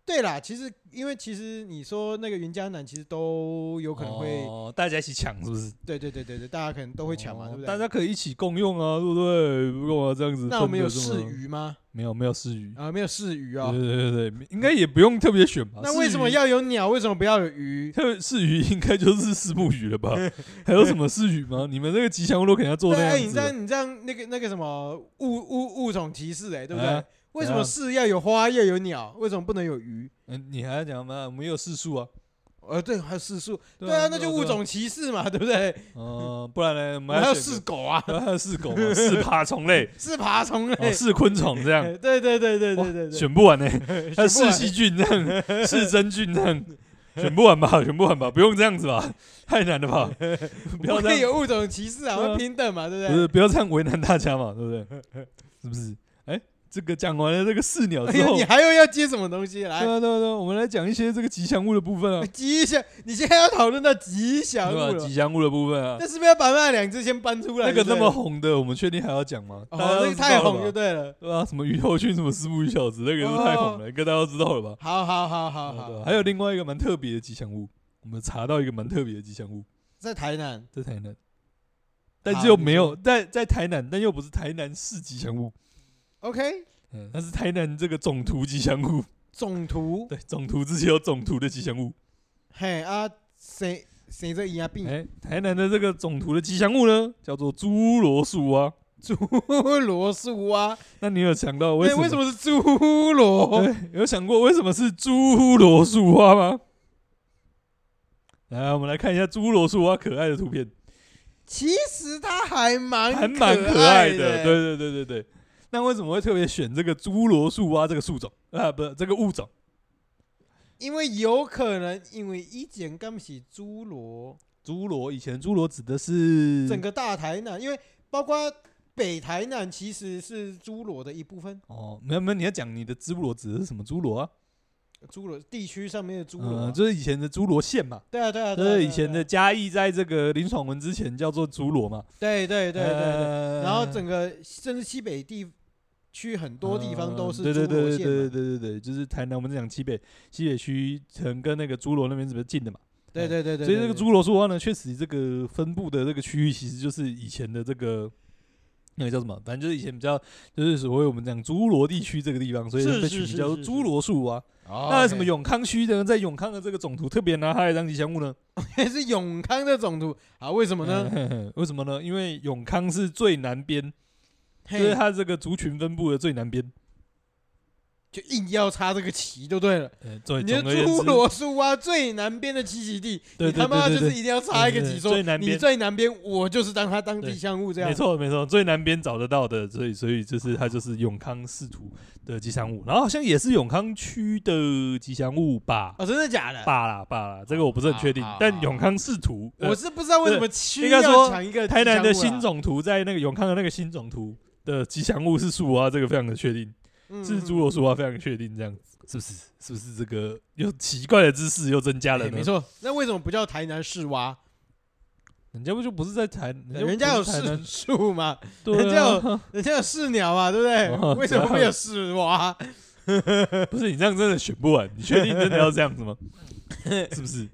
对啦，其实因为其实你说那个云嘉南，其实都有可能会，
哦、大家一起抢，是不是？
对对对对对，大家可能都会抢嘛，
哦
对不对？
大家可以一起共用啊，对不对？不干嘛这样子？
那我们有
试
市？鱼吗？
没有，没有市鱼。
啊，没有市鱼
对
哦。
对对对，应该也不用特别选吧？
那为什么
市鱼？
要有鸟？为什么不要有鱼？
特别市鱼应该就是石目鱼了吧？ 还有什么市鱼吗？你们这个吉祥物都给他做
对，
那
哎，
样
你
子
这
的，
样你这样那个那个什么物物物种歧视，哎，对不对
啊？
为什么
怎样
是要有花要有鸟，为什么不能有鱼？
嗯，你还要讲吗？我们有市树啊，
呃，对，还有四树，对啊，那就物。
啊
种歧视嘛，对不对？
嗯，不然呢？我
我
们
还有
选
四
个
狗啊，
还有 是狗嘛，是爬虫类，
是爬虫
哦，
类，
是昆虫这样。
哎对对对对对对
哇
对，
选不完 欸呢、它
选不
是
完
细菌 这样，是真菌这样，选不完吧，选不完吧，不用这样子吧，太难 了吧，不
不
要
可以
这样，
有物种歧视啊，
对啊
会平等嘛，对
不
不对？
是不要这样为难大家嘛，对不对？是不是？哎、这个讲完了这个四鸟
哎
之
呦，
后，
你
对
还有要接什么东西来？
啊对啊对啊，我们来讲一些这个吉祥物的部分啊，
吉祥，你现在要讨论到吉祥
对
物了
吧？吉，祥物的部分啊
那，是不是要把那两只先搬出来？
那
对
个
不
那
对
么，红的，我们确定还要讲吗？大家
哦，那
都
个
知道
太
了
红
吧
就对了。
对啊，什么宇宙军，什么四目鱼小子，那个都太红了，应该大家都知道了吧？
好好好好
对啊对啊
好，
还有另外一个蛮特别的吉祥物，我们查到一个蛮特别的吉祥物，
在台南，
在台南，但
好
是又没
你
有在在台南，但又不是台南市吉祥物，
OK，
嗯，它是台南这个总图吉祥物，
总图，
对，总图之前有总图的吉祥物，
嘿啊，谁谁这牙病
哎、台南的这个总图的吉祥物呢，叫做侏罗树蛙。
侏罗树蛙？
那你有想到为
哎，
什么？
啊为什么是侏罗？
对有想过为什么是侏罗树蛙吗？来，我们来看一下侏罗树蛙可爱的图片，
其实它还蛮
还蛮
可
可爱
的，欸
的。对对对对对。那为什么会特别选这个侏罗树蛙这个树种啊？不，这个物种？
因为有可能因为以前刚是侏罗
侏罗以前侏罗指的是
整个大台南，因为包括北台南其实是侏罗的一部分，
哦，没有没有，你要讲你的侏罗指的是什么侏罗啊？
侏罗地区上面的侏罗啊、
嗯，就是以前的侏罗县嘛，
对啊对啊，
就
对啊
是
对啊
以前的嘉义，在这个林爽文之前叫做侏罗嘛。
对对对对对，
呃
然后整个甚至西北地区很多地方都是
嗯对对
侏
对
罗
对
县
对对
嘛，
对对，就是台南我们讲西北西北区，曾跟那个侏罗那边是比较近的嘛。
对对对对，
哎所以这个
对
侏罗树蛙呢，确实这个分布的这个区域，其实就是以前的这个那个叫什么，反正就是以前比较就是所谓我们讲侏罗地区这个地方，所以
是
被
是
取名
是
叫做
是
侏
是
罗树蛙。
哦
那为
OK
什么永康区呢，在永康的这个总图特别拿它来当吉祥物呢？
是永康的总图啊？为什么呢？
嗯？ 为什么呢？因为永康是最南边，就
嘿
是它这个族群分布的最南边。
就硬要插这个旗就对了。
呃，对，
你的
总而言之
侏罗树蛙最南边的栖息地，
对
你
对
他妈
对
就
对
是一定要插一个
对对
旗，
对最南
说
边
你最南边，我就是当它当
对
吉祥物这样
没。错，没错，最南边找得到的，所以所以就是它就是永康市图的吉祥物，然后好像也是永康区的吉祥物吧，
哦，真的假的？
罢啦罢啦，这个我不是很确定
好好，
但
好
永康市图，呃
我是不知道为什么区
应该说
要抢一个
台南的
吉祥物
新
啊
总图在那个永康的那个新总图的吉祥物是树啊蛙，这个非常的确定，
嗯
是
嗯
侏罗树啊蛙，非常确定，这样子是不是？是不是这个又奇怪的知识又增加了
哎
呢？
没，错。那为什么不叫台南市蛙？
人家不就不是在台，
人
不
家有
是台
市
南，
树嘛，
对 啊
人家有 人家有市鸟啊，对不对？
哦
为什么会有市蛙？
不是你这样真的选不完，你确定真的要这样子 吗？是不是？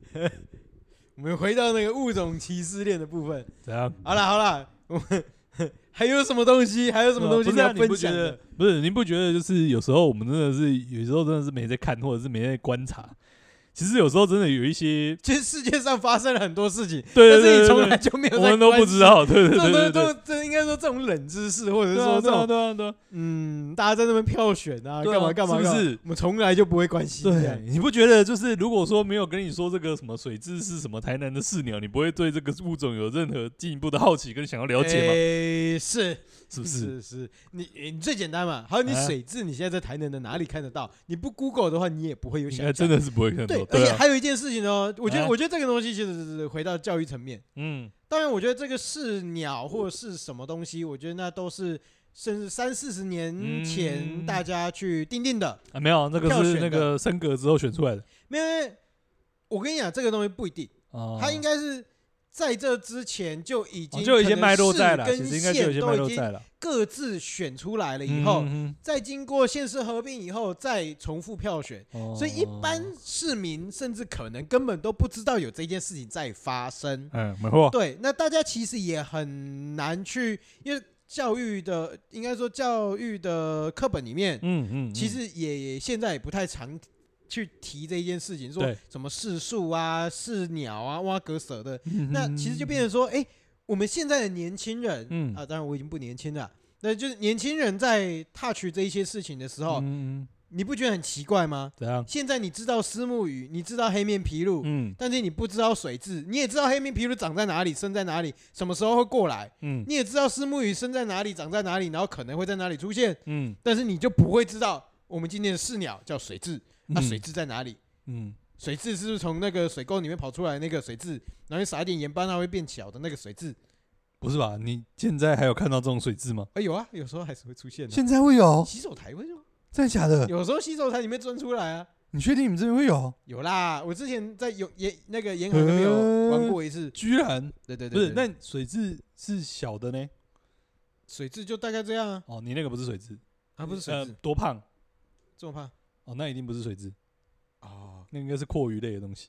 我们回到那个物种歧视链的部分。
怎样？
好了好了，我们 还有什么东西？还有什么东西
不是、
要
啊、你
分
不觉
享
得
的？？
不是，你不觉得就是有时候我们真的是，有时候真的是没在看，或者是没在观察。其实有时候真的有一些，
其实世界上发生了很多事情，
对
但是
对
你从
对
来
对，
就没有
我
在
们都不
关
知
心。
道，
这
对对
种
对对
东
对
西，，这应该说这种冷知识，或者是
对啊
说这
对啊
种
对啊对啊，
嗯，大家在那边票选啊，
对啊
干嘛干嘛，
是不
干嘛
是？
我们从来就不会关心这
对
样。，
你不觉得就是如果说没有跟你说这个什么水蛭是什么台南的饲鸟，你不会对这个物种有任何进一步的好奇跟想要了解吗？
诶是
是不是？
是是，你你最简单嘛。还有你
啊
水质，你现在在台南的哪里看得到？你不 Google 的话，你也不会有
应
想
该
象
真。的是不会看
对
到，，
而
对
且
啊，
还有一件事情哦，我觉得
啊
我觉得这个东西其实是回到教育层面。
嗯，
当然，我觉得这个是鸟或者是什么东西，我觉得那都是甚至三四十年前
嗯
大家去定定的。
啊没有，那
票
个是
选
那
的
个升格之后选出来的
没有，因为我跟你讲，这个东西不一定，
哦，
它应该是在这之前就已经、
哦就有一些脉络在了，
跟
其实应该就有一
县
些
都
脉
已
络
经
在了。
各自选出来了以后，
嗯
再经过县市合并以后，再重复票选。
哼
所以一般
哦
市民甚至可能根本都不知道有这件事情在发生。
嗯，没错，
对，那大家其实也很难去，因为教育的应该说教育的课本里面，
嗯嗯，
其实也现在也不太常去提这一件事情，说
对
什么是树啊、是鸟啊、挖格舍的，
嗯
那其实就变成说，哎，我们现在的年轻人，
嗯
啊，当然我已经不年轻了。那就是年轻人在 touch 这一些事情的时候，
嗯嗯嗯嗯
你不觉得很奇怪吗？
怎样？
现在你知道丝木鱼，你知道黑面琵鹭，
嗯
但是你不知道水质，你也知道黑面琵鹭长在哪里，生在哪里，什么时候会过来，
嗯
你也知道丝木鱼生在哪里，长在哪里，然后可能会在哪里出现，
嗯，
但是你就不会知道我们今天的饲鸟叫水蛭，那、水蛭在哪里？
嗯
水蛭是不是从那个水沟里面跑出来那个水蛭，然后你撒一点盐巴，它会变小的那个水蛭？
不是吧？你现在还有看到这种水蛭吗？
哎、有啊，有时候还是会出现的、
现在会有，
洗手台会有，
真的假的？
有时候洗手台里面钻出来啊，
你确定你们这边会有？
有啦。我之前在有沿那个沿海那边有玩过一次，
居然
对对对
不是？
对
那水蛭是小的呢？
水蛭就大概这样啊，
哦，你那个不是水蛭，
啊不是水
呃
蛭，
多胖？
这么胖
哦，那一定不是水蛭，
哦。
那应该是阔鱼类的东西。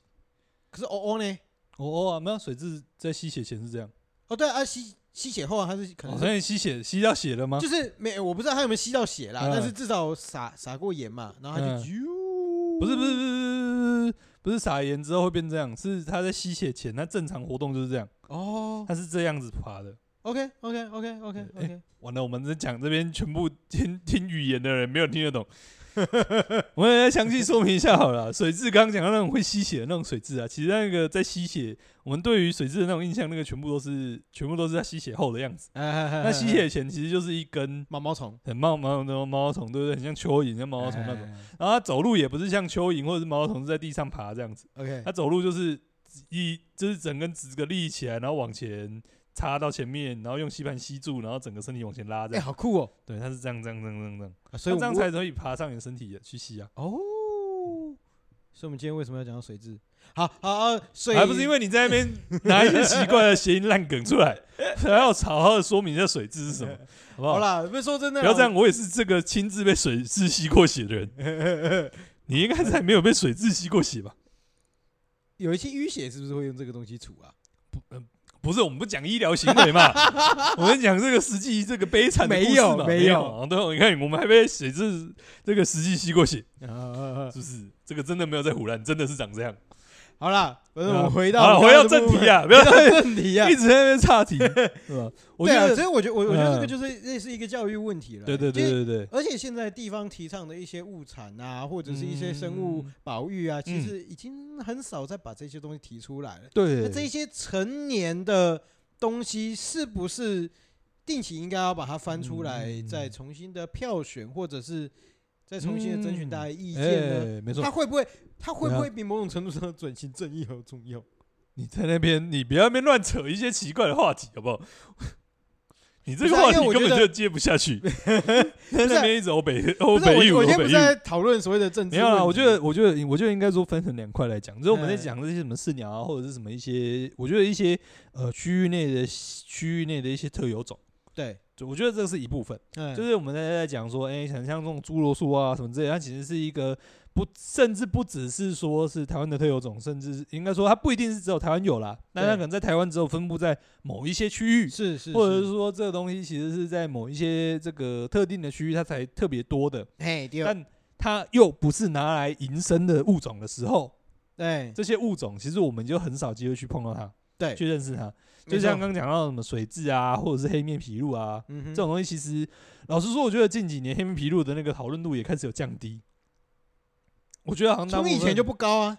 可是哦哦呢？
哦哦啊，没有水蛭在吸血前是这样，
哦，对啊，啊吸吸血后啊，它是可
哦
能，是、
所以吸血吸到血了吗？
就是没，我不知道它有没有吸到血啦，
嗯
但是至少撒撒过盐嘛，然后它就、
不是不是不是不是不是撒盐之后会变这样，是它在吸血前，它正常活动就是这样，
哦
它是这样子爬的。
，OK OK OK OK
哎
OK，
完了，我们在讲这边全部听听语言的人没有听得懂，我们来详细说明一下好了啊。水蛭刚刚讲到那种会吸血的那种水蛭啊，其实那个在吸血，我们对于水蛭的那种印象，那个全部都是全部都是它吸血后的样子。
那
那吸血前其实就是一根
毛毛虫，
很毛毛的毛毛虫，对不对？很像蚯蚓，像毛毛虫那种。
哎
然后它走路也不是像蚯蚓或者是毛毛虫是在地上爬这样子，
哎。哎哎
它走路就是一就是整根直个立起来，然后往前插到前面，然后用吸盘吸住，然后整个身体往前拉这
哎，
样。
好酷哦！
对，它是这样这样这样这样这样，
啊所
它
以
这样
我
才可以爬上你的身体去吸啊。
哦，所以我们今天为什么要讲到水质？好好啊，水
还不是因为你在那边拿一些奇怪的谐音烂梗出来，还要好好的说明一下水蛭是什么，好不
好
好？
啦，不是说真的，
不要这样，。我也是这个亲自被水蛭吸过血的人。 你应该是还没有被水蛭吸过血吧？
有一些淤血是不是会用这个东西除啊？
不是，我们不讲医疗行 为嘛，我们讲这个实际这个悲惨的故事
没
嘛。
有
没
没有
啊对哦，你看我们还被水蛭这个实际吸过血，
啊
是不是？这个真的没有在胡乱，真的是长这样。
好啦，反呃正我们回
啊好
到
了
我们
回
刚刚
到正
的部
题
分，
啊，不要
回到正题啊
一。直在那边 岔题，是吧？ 我
对
觉
啊，
得
所以我觉得我我觉得这个
嗯
就是类似一个教育问题了。
对对
就是
对对对，
而且现在地方提倡的一些物产啊，或者是一些生物
嗯
保育啊，其
嗯
实已经很少再把这些东西提出来了。那
对，
这一些成年的东西是不是定期应该要把它翻出来，
嗯
再重新的票选，或者是再重新的征询
嗯
大家意见呢？
哎，没错
它，会不会，它会不
对啊
会比某种程度上的转型正义还要重要？
你在那边，你不要那边乱扯一些奇怪的话题，好不好？你这
不是
个
啊
话
因为
题
我
根
觉
本
得啊
就接不 下去，在那边一直欧北欧
不是，啊
北语
我我
欧
今天不
北
是
语。
在讨论所谓的政治
没
问
有
题，
啦，我觉得，我觉得，我觉得应该说分成两块来讲，就是我们在
哎
讲这些什么饲鸟啊，或者是什么一些，我觉得一些呃区域内的区域内的一些特有种，
对，
就我觉得这是一部分。
嗯，
就是我们在在讲说，哎、很像这种侏罗树啊什么之类的，它其实是一个不，甚至不只是说是台湾的特有种，甚至是应该说它不一定是只有台湾有啦，那它
对
可能在台湾只有分布在某一些区域，
是是，
或者是说这个东西其实是在某一些这个特定的区域它才特别多的，
嘿，第二，
但它又不是拿来营生的物种的时候，
对
这些物种其实我们就很少机会去碰到它，
对，
去认识它。
没
就像
错，
刚刚讲到什么水蛭啊，或者是黑面琵鹭啊，
嗯
这
哼
种东西其实，老实说，我觉得近几年黑面琵鹭的那个讨论度也开始有降低。我觉得好像大
从
部
以前
分
就不高啊，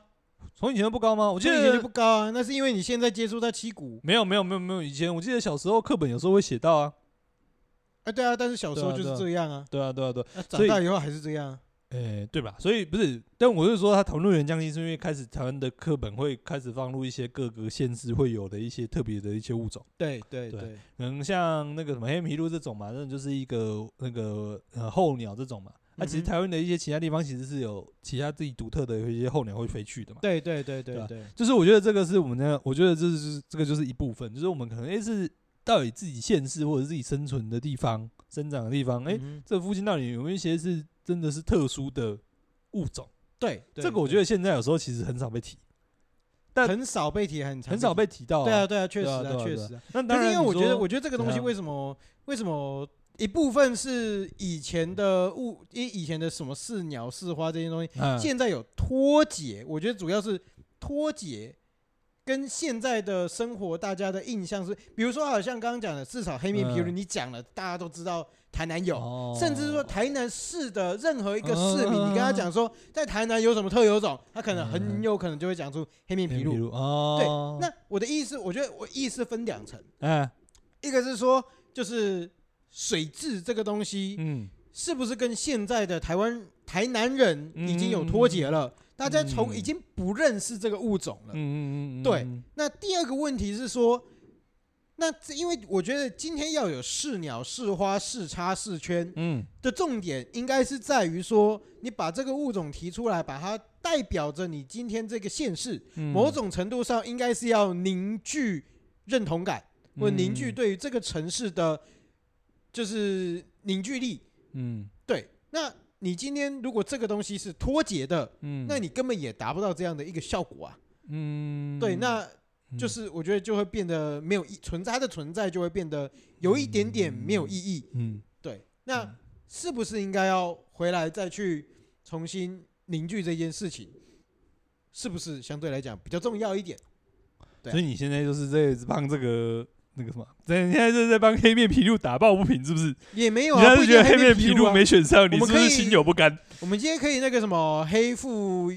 从以前就不高吗？我
我
记
以前就
得
不高啊，那是因为你现在接触到七股
没有没有没有没有，以前我记得小时候课本有时候会写到啊，
啊，对啊，但是小时候
对啊
就
对
是
啊
这样啊，
对啊对啊对啊，
那
所
长
以
大以后还是这样啊。
诶对吧？所以不是，但我是说它讨论人降低，是因为开始台湾的课本会开始放入一些各个县市会有的一些特别的一些物种。
对对
对啊
对，
可能像那个什么黑麋鹿这种嘛，那就是一个那个呃候鸟这种嘛。那、其实
嗯哼
台湾的一些其他地方其实是有其他自己独特的有一些候鸟会飞去的嘛。
对对对
对
对
啊
对，
就是我觉得这个是我们的，我觉得这是这个就是一部分，就是我们可能诶、是到底自己县市或者自己生存的地方、生长的地方，诶、
嗯哼
这附近到底有没有一些是真的是特殊的物种？
对，对
这个我
对
觉得现在有时候其实很少被提，但
很少被提，很常
很少被提到、
提。对啊，对啊，确
对
实
啊，对啊，
确
对啊
实啊。。
那当
但是
然，
因为我觉得，我
我
觉得这个东西
对啊
为什么为什么一部分是以前的物，以以前的什么饲鸟、饲花这些东西，
嗯
现在有脱节。我觉得主要是脱节。跟现在的生活，大家的印象是，比如说，好啊像刚刚讲的，至少黑面琵鹭，
嗯
你讲了，大家都知道台南有，
有
甚至说台南市的任何一个市民，
嗯
你跟他讲说在台南有什么特有种，他可能
嗯
很有可能就会讲出黑面
皮
琵鹭。
鹭哦，
那我的意思，我觉得我意思分两层，
那哎
一个是说就是水质这个东西
嗯，
是不是跟现在的台湾台南人已经有脱节了，大家从
嗯
已经不认识这个物种了。
嗯嗯嗯，
对
嗯，
那第二个问题是说，那这因为我觉得今天要有试鸟、试花、试叉、试圈，
嗯
的重点应该是在于说，你把这个物种提出来，把它代表着你今天这个县市，
嗯
某种程度上应该是要凝聚认同感，或
嗯
凝聚，对于这个城市的就是凝聚力。
嗯
对，那你今天如果这个东西是脱节的，
嗯，
那你根本也达不到这样的一个效果啊。
嗯，
对，那就是我觉得就会变得没有意存在，它的存在就会变得有一点点没有意义。
嗯
对，那是不是应该要回来再去重新凝聚这件事情？是不是相对来讲比较重要一点？对啊
所以你现在就是在帮这个那个什么，对，你现在是在帮黑面琵鹭打抱不平是不是？
也没有
你
啊，
现
不一
在是
定
觉得
黑
黑面
皮
琵
鹭
鹭
啊
没选上，你
我
是
们
不
可以
是心有不甘？
我们今天可以那个什么黑腹，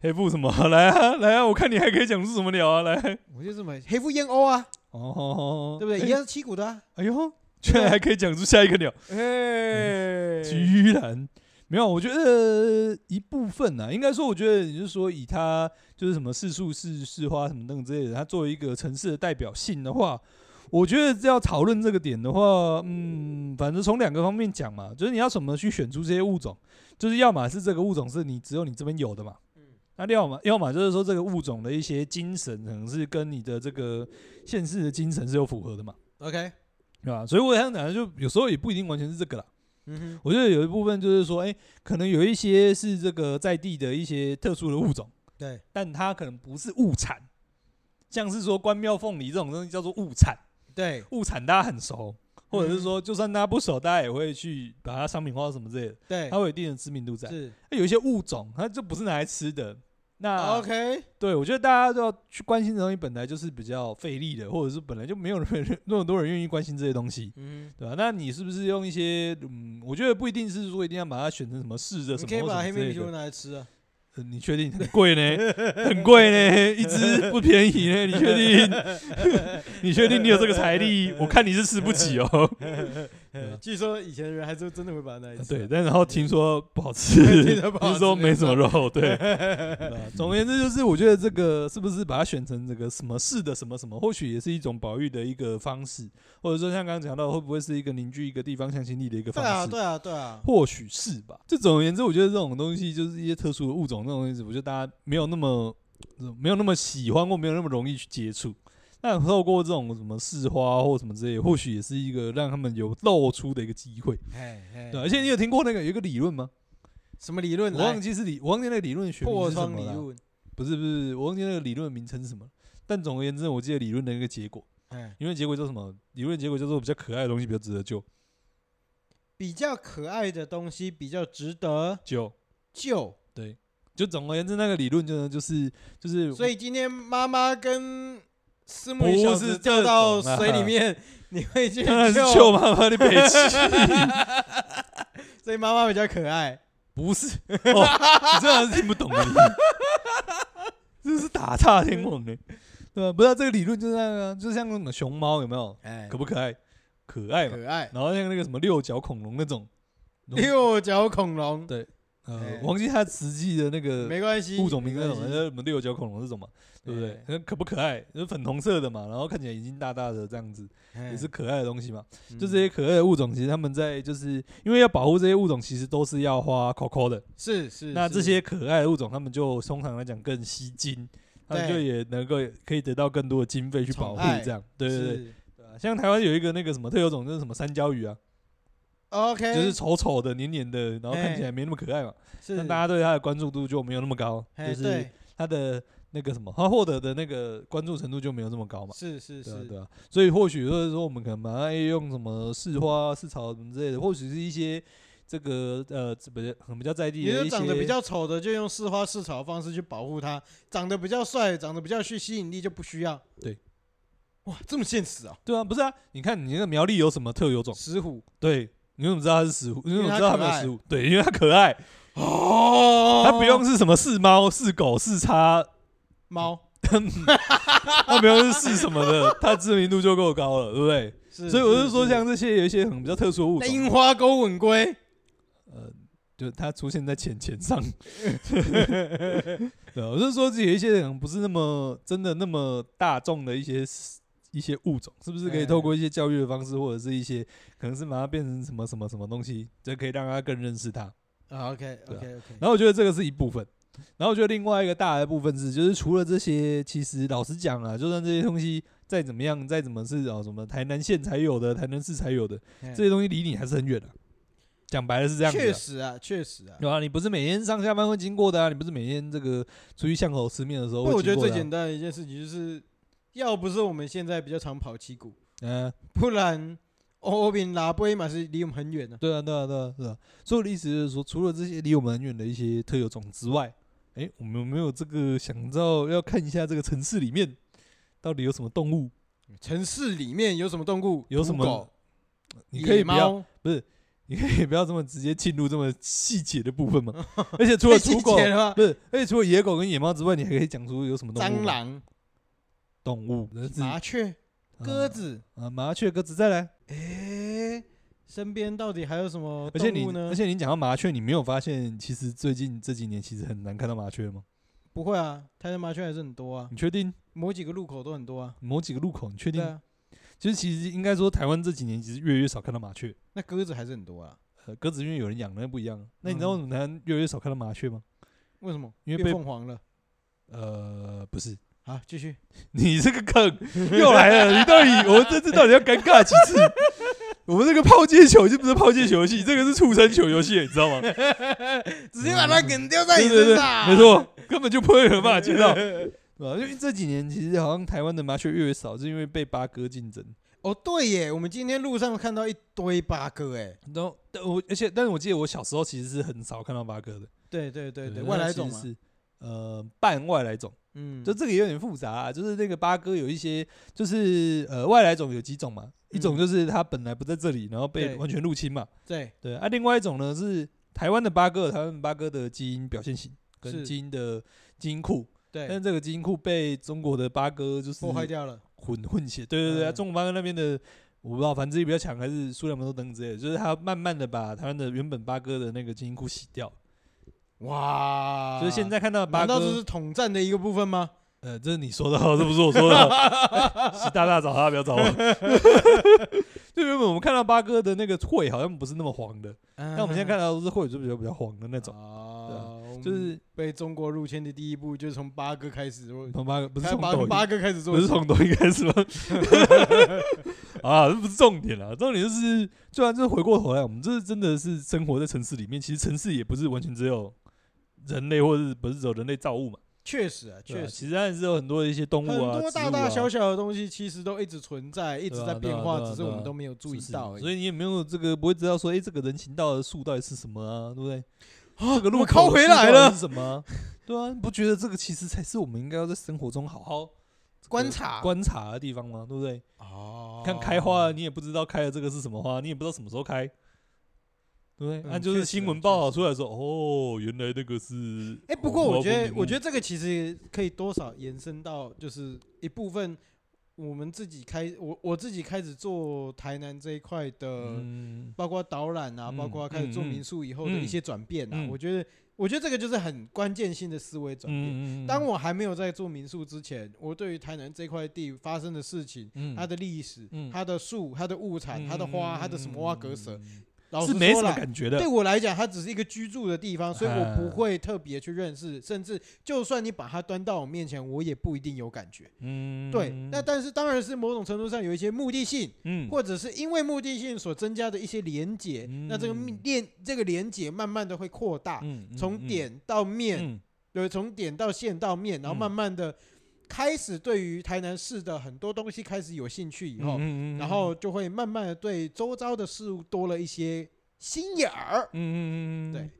黑布什么？ 来啊，来啊！我看你还可以讲出什么鸟啊！来，
我就这么黑腹燕鸥啊，
哦，
对不 对？一样是七股的啊，
哎呦，居然还可以讲出下一个鸟，
哎，
居然没有。我觉得呃一部分啊，应该说，我觉得你是说以它就是什么市树、市市花什么等之类的，它作为一个城市的代表性的话，我觉得要讨论这个点的话，嗯，反正从两个方面讲嘛，就是你要怎么去选出这些物种，就是要么是这个物种是你只有你这边有的嘛，那要么要么就是说这个物种的一些精神可能是跟你的这个现世的精神是有符合的嘛。
OK，
对吧？所以我想讲的就有时候也不一定完全是这个啦。
嗯哼，
我觉得有一部分就是说，哎、可能有一些是这个在地的一些特殊的物种，
对，
但它可能不是物产，像是说关庙凤梨这种东西叫做物产，
对，
物产大家很熟，或者是
嗯
说就算大家不熟，大家也会去把它商品化什么之类的，
对
它，会有一定的知名度在。
是
那有一些物种，它就不是拿来吃的。那
啊哦 OK，
对，我觉得大家都要去关心的东西，本来就是比较费力的，或者是本来就没有人那么多人愿意关心这些东西。
嗯，
对吧、啊那你是不是用一些嗯，我觉得不一定是说一定要把它选成什么试着
你
什
可以
么
把
或
黑
什么之
面
类
皮鹭
的？
拿来 吃啊，
呃你确定很贵呢？很贵呢，一只不便宜呢。你确定？ 你确定你有这个财力？我看你是吃不起 哦。对啊
据说以前的人还是真的会把它拿来吃
对，
啊，
但然后听说不好吃，
听说不好吃
听说没什么 肉。对，对啊总而言之就是，我觉得这个是不是把它选成这个什么市的什么什么，或许也是一种保育的一个方式，或者说像刚刚讲到，会不会是一个凝聚一个地方向心力的一个
对
方
啊，
式？
对啊，对啊，
或许是吧。这总而言之，我觉得这种东西就是一些特殊的物种，这种东西，我觉得大家没有那么呃没有那么喜欢，或没有那么容易去接触。那透过这种什么市花或什么之类的，或许也是一个让他们有露出的一个机会。
哎哎
对啊，而且你有听过那个有一个理论吗？
什么理论
我
来？
忘记是理，我忘记那个理论学名
破
是什
窗
么
理
了。
论，
不是不是，我忘记那个理论名称是什么。但总而言之，我记得理论的一个结果，
哎，
理论结果叫什么？理论结果叫做比较可爱的东西比较值得救
比较可爱的东西比较值得
救。
救，
就总而言之，那个理论就呢，就是就是，
所以今天妈妈跟私母
不
小
是
子掉
这
到
种啊
水里面， 你会去
当 然是舅
救？
妈妈的北 齐，
所以妈妈比较可爱。
不是？ 哦、你真的是听不懂的，你 这是打岔天网呢、对吧？不知道这个理论就是那个啊，就像那种熊猫有没有
哎
可不可爱？可爱嘛。
可 爱。
然后像那个什么六角恐龙那 种，
六角恐龙
对呃
哎，
我忘记它实际的那个
没关系，
物种名称
没关
什么，
系
像什么六角恐龙这种嘛，对不对
哎？
那可不可爱？就是粉红色的嘛，然后看起来眼睛大大的这样子，
哎
也是可爱的东西嘛。
嗯
就这些可爱的物种，其实他们在就是因为要保护这些物种，其实都是要花 COCO 的。
是是。
那
是
这些可爱的物种，他们就通常来讲更吸睛，他们
对
就也能够可以得到更多的经费去保护
宠爱，
这样。对对对，
是
对啊像台湾有一个那个什么特有种，就是什么山椒鱼啊，
，OK，
就是丑丑的、黏黏的，然后看
哎
起来没那么可爱嘛，
是
但大家对它的关注度就没有那么高，
哎
就是
对
它的那个什么，它获得的那个关注程度就没有那么高嘛。
是是
对啊，对
是，
啊，所以或许就是说，我们可能把它用什么市花、市草什么之类的，或许是一些这个呃，这比较很比较在地
你
的
就
一些
长得比较丑的，就用市花市草的方式去保护它；长得比较帅、长得比较具吸引力就不需要。
对，
哇，这么现实啊！
对啊，不是啊？你看你那个苗栗有什么特有种？
石虎
对，你怎么知道它是石虎？你
为
怎么
它
知道它
可
没有
爱
石虎？对，因为它可爱，
哦
它不用是什么是猫、是狗、是叉，
猫，
它不用是是什么 的，它知名度就够高了，对不对？
是
所以我就说，
是
像这些有一些很比较特殊的物
那
种，
樱花钩吻龟，
呃，就它出现在钱钱上。 对啊，我是说，有一些人不是那么真的那么大众的一些 s- 一些物种，是不是可以透
嗯
过一些教育的方式，或者是一些可能是把它变成什么什么什么东西，这可以让大家更认识它。
啊，OK
对
OK OK，
然后我觉得这个是一部分，然后我觉得另外一个大的部分是，就是除了这些，其实老实讲啊，就算这些东西再怎么样，再怎么是哦什么台南县才有的，台南市才有的，
嗯
这些东西离你还是很远的、讲白了是这样子、啊，
确实啊，确实啊。
对啊，你不是每天上下班会经过的啊，你不是每天这个出去巷口吃面的时候
不，
会
我觉
经
得
过
最
的啊、
简单的一件事情就是，要不是我们现在比较常跑七股，
嗯、
不然哦欧饼拉布嘛是离我们很远的、
对啊，对啊，对啊，对啊。所以我的意思就是说，除了这些离我们很远的一些特有种之外，哎， 我们有没有这个想到要看一下这个城市里面到底有什么动物，
城市里面有什么动物？
嗯有什么
土狗？
你可以
野
不 要，
猫
你可以不要这么直接进入这么细节的部分 吗？而且除了
被洗
啊土狗，
劫了吗
不是，而且除了野狗跟野猫之外，你还可以讲出有什么动物吗？
蟑螂、
动物，那是
麻雀、鸽子。
啊，啊麻雀、鸽子，再来。
诶，身边到底还有什么
而且
动
你
物，呢
而？且你讲到麻雀，你没有发现，其实最近这几年其实很难看到麻雀吗？
不会啊，台南麻雀还是很多啊，
你确定？某
某几个路口都很多啊。
某几个路口，你确
对
定？
啊，
就是其实应该说，台湾这几年其实越来越少看到麻雀，
那鸽子还是很多啊。
呃，鸽子因为有人养，那不一样。那你
嗯
知道为什么台湾越来越少看到麻雀吗？
为什么？
因为
变
被
凤凰了。
呃，不是，
好，继续。
你这 个梗又来了，你到底我们这次到底要尴尬几次？ 我们这个抛接球已经不是抛接球游戏，这个是畜生球游戏，你知道吗？
直接把它梗丢在
对
你
对
身
对，
上，
没。错，根本就不会有人 办法接到，啊对吧？因为这几年其实好像台湾的麻雀越来越少，是因为被八哥竞争。
哦，对耶，我们今天路上看到一堆八哥，哎，
然后，但我而且，但是我记得我小时候其实是很少看到八哥的，
对对对对，
那
外
它
来
其
种
实
嘛，
是呃半外来种，
嗯，
就这个也有点复杂啊。就是那个八哥有一些，就是呃外来种有几种嘛，一
嗯
种就是它本来不在这里，然后被
对
完全入侵嘛，
对，
对啊。另外一种呢是台湾的八哥，有台湾八哥的基因表现型跟
是
基因的基因库，但
对，
是这个基因库被中国的八哥就是
哎破坏掉了，
混混血，对对对，啊
嗯
中国八哥那边的我不知道，反正自己比较强，还是数量不多等之类的，就是他慢慢的把台湾的原本八哥的那个基因库洗掉，
哇！
就是现在看到的八
啊难道这
哥，
是统战的一个部分吗？
呃，这是你说的哦，这不是我说的哦， 哎习大大找他，不要找我。 就原本我们看到八哥的那个喙好像不是那么黄的，
那
但我们现在看到都是喙就比较比较黄的那种，
哦，
就
啊我们
是
被中国入侵的第一步，就是从八哥开始，我
从八哥不是
才
从
把
抖
从
音
八哥开始做
不
起，
是从抖音开始吗？ 啊，这不是重点啦，重点就是，虽然就是回过头来，我们这真的是生活在城市里面，其实城市也不是完全只有人类，或者是不是只有人类造物嘛，
确实啊，
对吧
确
其
实。
实还是有很多的一些动物
很
啊，
多大大小
小
小的东西其实都一直存在，一直
对啊
在
对啊
变化，
对啊
只是
对啊
我们都没有注意到而已。啊
所以你也没有这个不会知道说，哎、这个人行道的树到底是什么啊，对 不对？
啊
这个路
我靠
口的
回
树到
来
底
了
是，什么啊？对啊，你不觉得这个其实才是我们应该要在生活中好好
观察
观察的地方吗？对不对？
哦
看开花，你也不知道开的这个是什么花，你也不知道什么时候开，对不对？那、
嗯
就是
确实
新
啊
闻
确
报道出来说，哦，原来那个是……
哎、不过我觉得，我觉
得，
得这个其实可以多少延伸到，就是一部分我们自己开，我我自己开始做台南这一块的，
嗯，
包括导览啊，包
嗯
括开始做
嗯嗯
民宿以后的一
嗯
些转变啊，
嗯
我觉得，我觉得这个就是很关键性的思维转变。
嗯
当我还没有在做民宿之前，我对于台南这块地发生的事情，
嗯
它的历史、
嗯
它的树、它的物产、它的花、它的什么花格舍，
嗯
老
是
实
没
说
什么
啦，
感觉的
对。我来讲，它只是一个居住的地方，所以我
啊
不会特别去认识，甚至就算你把它端到我面前，我也不一定有感觉。
嗯
对，那但是当然是某种程度上有一些目的性，
嗯，
或者是因为目的性所增加的一些连结，那这个
嗯
链这个连结慢慢的会扩大，
嗯嗯
从
嗯
点到面，
嗯
对，从点到线到面，然后
嗯
慢慢的开始对于台南市的很多东西开始有兴趣以后，
嗯嗯嗯
然后就会慢慢的对周遭的事物多了一些心眼儿。
嗯嗯嗯嗯嗯
对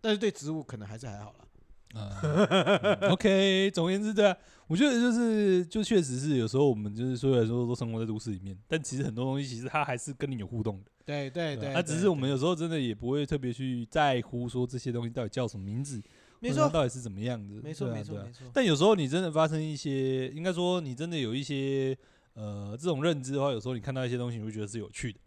但是对植物可能还是还好啦。
啊嗯 OK，总而言之，对啊，我觉得就是就确实是有时候我们就是虽然说都生活在都市里面，但其实很多东西其实它还是跟你有互动的。
对对对，
啊，
对
只是我
对
们有时候真的也不会特别去在乎说这些东西到底叫什么名字，
没
或者它
错，
到底是怎么样子，
没错，
对啊
没错，
啊对啊
没错。
但有时候你真的发生一些，应该说你真的有一些呃这种认知的话，有时候你看到一些东西，你会觉得是有趣的。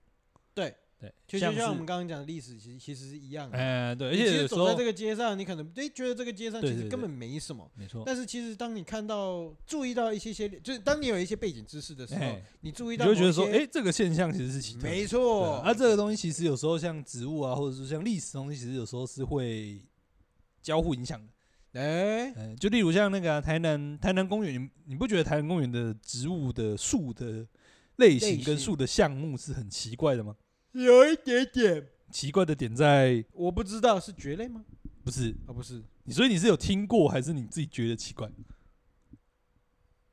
对
对，
其实
像
就像我
是
们刚刚讲的历史，其实其实是一样的。
哎、对，而
你其
且有
实
时
走在
候
这个街上，你可能哎觉得这个街上
对
其
对
实
对
根本没什么，
没错，
但是其实当你看到、注意到一些些，就是当你有一些背景知识的时候
哎，
你注意
你
到
就会觉得说，
某
哎、
些，
这个现象其实是奇特的。
没
对
错
啊，啊，这个东西其实有时候像植物啊，或者是像历史东西，其实有时候是会交互影响的。
哎，
嗯，就例如像那个啊、台南台南公园，你你不觉得台南公园的植物的树的类型
类
跟
型
树的项目是很奇怪的吗？
有一点点，
奇怪的点在
我不知道是蕨类吗？
不是
啊，不是，
你，所以你是有听过还是你自己觉得奇怪？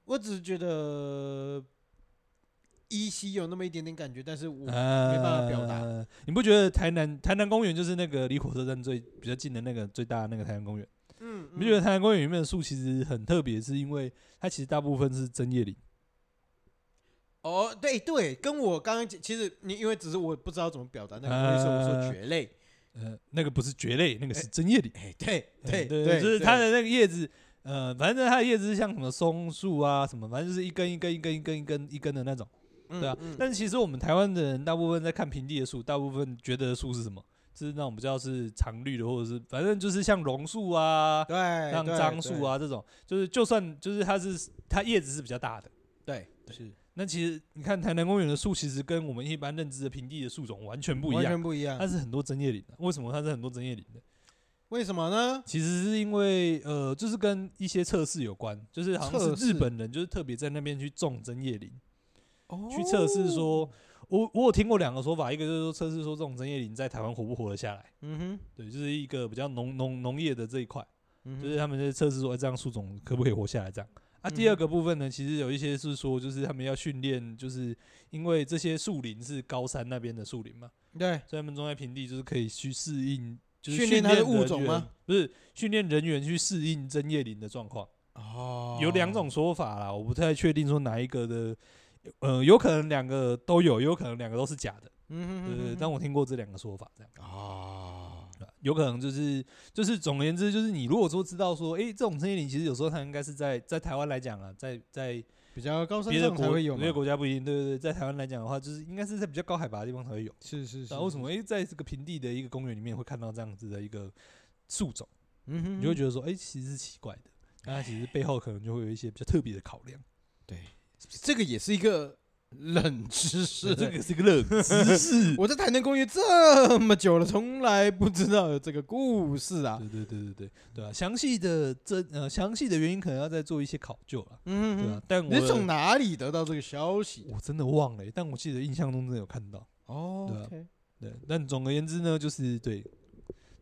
我只是觉得依稀有那么一点点感觉，但是我
啊
没办法表达。
你不觉得台南台南公园就是那个离火车站最比较近的那个最大的那个台南公园？
嗯，
你不觉得
嗯
台南公园里面的树其实很特别，是因为它其实大部分是针叶林。
哦，对对，跟我刚刚其实你因为只是我不知道怎么表达那个，所以我说
呃
蕨类。
呃，那个不是蕨类，那个是针叶林。
哎，对
哎
对
对
对，
就是
对
它的那个叶子，呃，反正它的叶子是像什么松树啊，什么，反正就是一根一根一根一根一根一根的那种，对啊。
嗯嗯
但是其实我们台湾的人大部分在看平地的树，大部分觉得的树是什么？就是那种比较是常绿的，或者是反正就是像榕树啊、
对，
像
对
樟树，啊这种，就是就算就是它是它叶子是比较大的，
对，
是。那其实你看台南公园的树，其实跟我们一般认知的平地的树种完全
对
不一
完
样，啊
全不一样
它。是很多针叶林的。为什么它是很多针叶林的？
为什么呢？
其实是因为呃，就是跟一些测试有关，就是好像
测
是日
试
本人就是特别在那边去种针叶林，哦去测试，
哦
说，我我有听过两个说法，一个就是说测试说这种针叶林在台湾活不活得下来，
嗯哼，
对，就是一个比较农农农业的这一块，
嗯哼
就是他们在测试说哎这样树种可不可以活下来这样。啊，第
嗯
二个部分呢，其实有一些是说，就是他们要训练，就是因为这些树林是高山那边的树林嘛，
对，
所以他们种在平地就是可以去适应，就是
训练
练
它的
人
物种
员
吗？
不是，训练人员去适应针叶林的状况。
哦，
有两种说法啦，我不太确定说哪一个的，呃，有可能两个都有，有可能两个都是假的，
嗯哼，嗯
对
哼
对对。但我听过这两个说法，这样
哦，
对吧有可能就是就是总而言之，就是你如果说知道说，诶，这种针叶林其实有时候它应该是在在台湾来讲啊，在在
比较高山
别的
上才
国
会有嘛
别的，国家不一定，对对对，在台湾来讲的话，就是应该是在比较高海拔的地方才会有。
是是是，
然后啊为什
是？
么诶，在这个平地的一个公园里面会看到这样子的一个树种？
嗯哼，
你就会觉得说，哎、其实是奇怪的。那它其实背后可能就会有一些比较特别的考量。
这个也是一个冷知识，。
对 这个是个冷知识
我在台南公园这么久了，从来不知道有这个故事啊。
对对对对对对啊！详细的这呃详细的原因可能要再做一些考究了，对
嗯
啊。，但我
你是从哪里得到这个消息？
我真的忘了、但我记得印象中真的有看到。
哦
对啊
OK
对，但总而言之呢，就是对，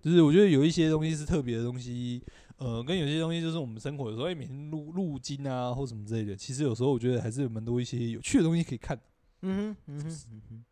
就是我觉得有一些东西是特别的东西，呃，跟有些东西就是我们生活有时候哎每天路路经啊或什么之类的，其实有时候我觉得还是有蛮多一些有趣的东西可以看。
嗯哼，嗯哼，嗯哼，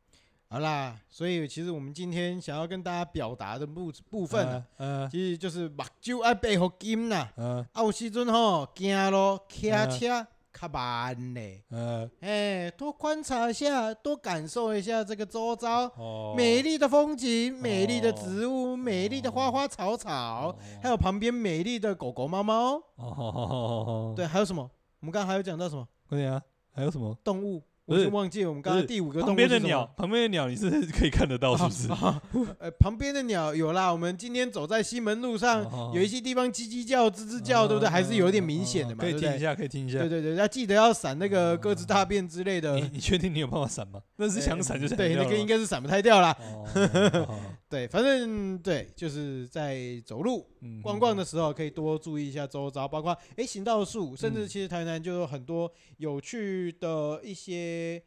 好啦，所以其实我们今天想要跟大家表达的部部分啊，
呃
其实就是目睭爱背后金啦，
呃
啊有时阵吼行路、骑
哎
车较慢嘞，
呃
哎，多观察一下，多感受一下这个周遭
哦
美丽的风景、美丽的
哦
植物、美丽的花花草草，还有旁边美丽的狗狗、猫猫，
哦，
对，还有什么？我们刚刚还有讲到什么
快点啊，还有什么？
动物？
不
我
是
已经忘记了我们刚
不
刚
是
第五个动
旁
物是
边
什
的
么
鸟，旁边的鸟你是可以看得到，是不是？
啊啊呃，旁边的鸟有啦。我们今天走在西门路上，
哦
有一些地方叽叽叫、吱吱叫，对不对？还是有点明显的嘛，
哦
对
可以
不
听一
对？
下，可以听一下
对。对对，要记得要闪那个鸽子大便之类 的
你。你确嗯定你有办法闪吗？那是想闪就闪。
对，那个应。该是闪不太掉啦。
哦，
对，反正对，就是在走路逛逛的时候，可以多注意一下周遭，包括诶行道树，甚至
嗯
其实台南就有很多有趣的一些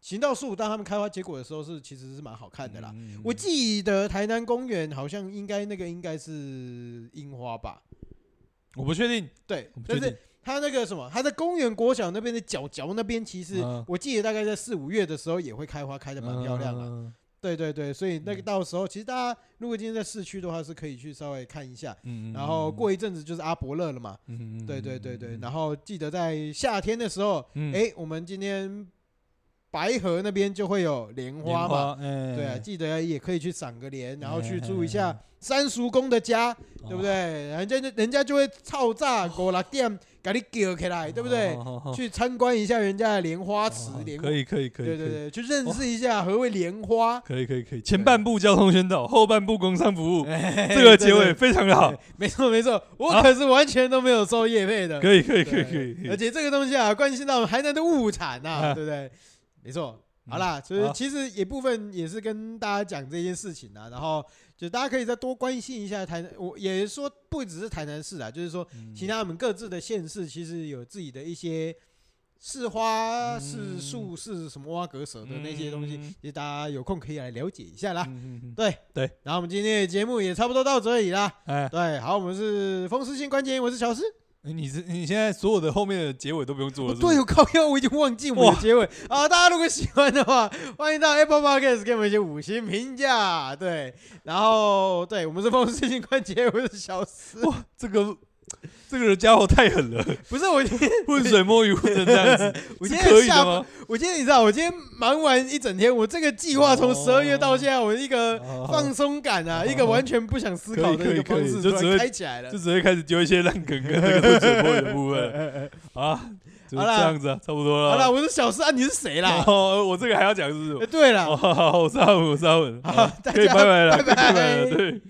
行道树，当他们开花结果的时候是其实是蛮好看的啦。。
嗯
我记得台南公园好像应该那个应该是樱花吧？
我不确定，
对
我，不
但
确
是
定。
它那个什么，它在公园国小那边的角角那边，其实
嗯
我记得大概在四五月的时候也会开花，开的蛮漂亮的。
的。
对对对，所以那个
嗯
到时候其实大家如果今天在市区的话，是可以去稍微看一下。
嗯
然后过一阵子就是阿伯乐了嘛，对对对对。然后记得在夏天的时候，
哎，
哎，我们今天白河那边就会有莲花嘛，
花，哎，
对啊，记得也可以去赏个莲，然后去住一下三叔公的家，
哦
对不对？？人家就人家就会操炸五六点，给你叫起来，对不对？去参观一下人家的莲花池，莲花
哦可，以可以可以，
对对对，去认识一下何谓莲花。
可以可以可以，前半部交通宣导，后半部工商服务， 这
这
个结尾非常的好。
没错没错，我
好
可是完全都没有收业费的，
可以可
对
以可以可以可以，
而且这个东西啊，关系到海南的物产呐、
啊
对不对？没错。
嗯
好啦，就是
好
其实也部分也是跟大家讲这件事情啊，然后就大家可以再多关心一下台南，我也说不只是台南市啊，就是说
嗯
其他我们各自的县市其实有自己的一些市花、
嗯
市树、市什么挖格舍的那些东西，
嗯
其实大家有空可以来了解一下啦。
嗯嗯嗯
对
对，
然后我们今天的节目也差不多到这里啦。
哎，
对，好，我们是风湿性关节炎，我是小诗。
你是你现在所有的后面的结尾都不用做
哦
了，
对，
是
我靠，要我已经忘记我们的结尾啊！大家如果喜欢的话，欢迎到 Apple Podcast 给我们一些五星评价。对，然后对我们是风湿性关节，我是小四
不是，。哇，这个这个人家伙太狠 了，
不是我今天，
浑水摸鱼混成这样子，
我
是
今
可
天
以的
下
吗？
我今天你知道，我今天忙完一整天，我这个计划从
哦
十二月到现在，我一个
哦
放松感啊，
哦
一个完全不想思考的
可以
一个
可以
方
可
式突
以就只会
然开起来了
哦就。直接开始丢一些烂梗跟那个浑水摸鱼的部 分啊，就
好
这
啦
样子啊，差不多了。
好啦，我是小四啊，你是谁啦？
哦，我这个还要讲是不
哎
是？
对啦，
哦，好好，我是阿文，我是阿文，
好
好，
大
可以
家
拜拜了，
拜拜
可以拜拜了，对。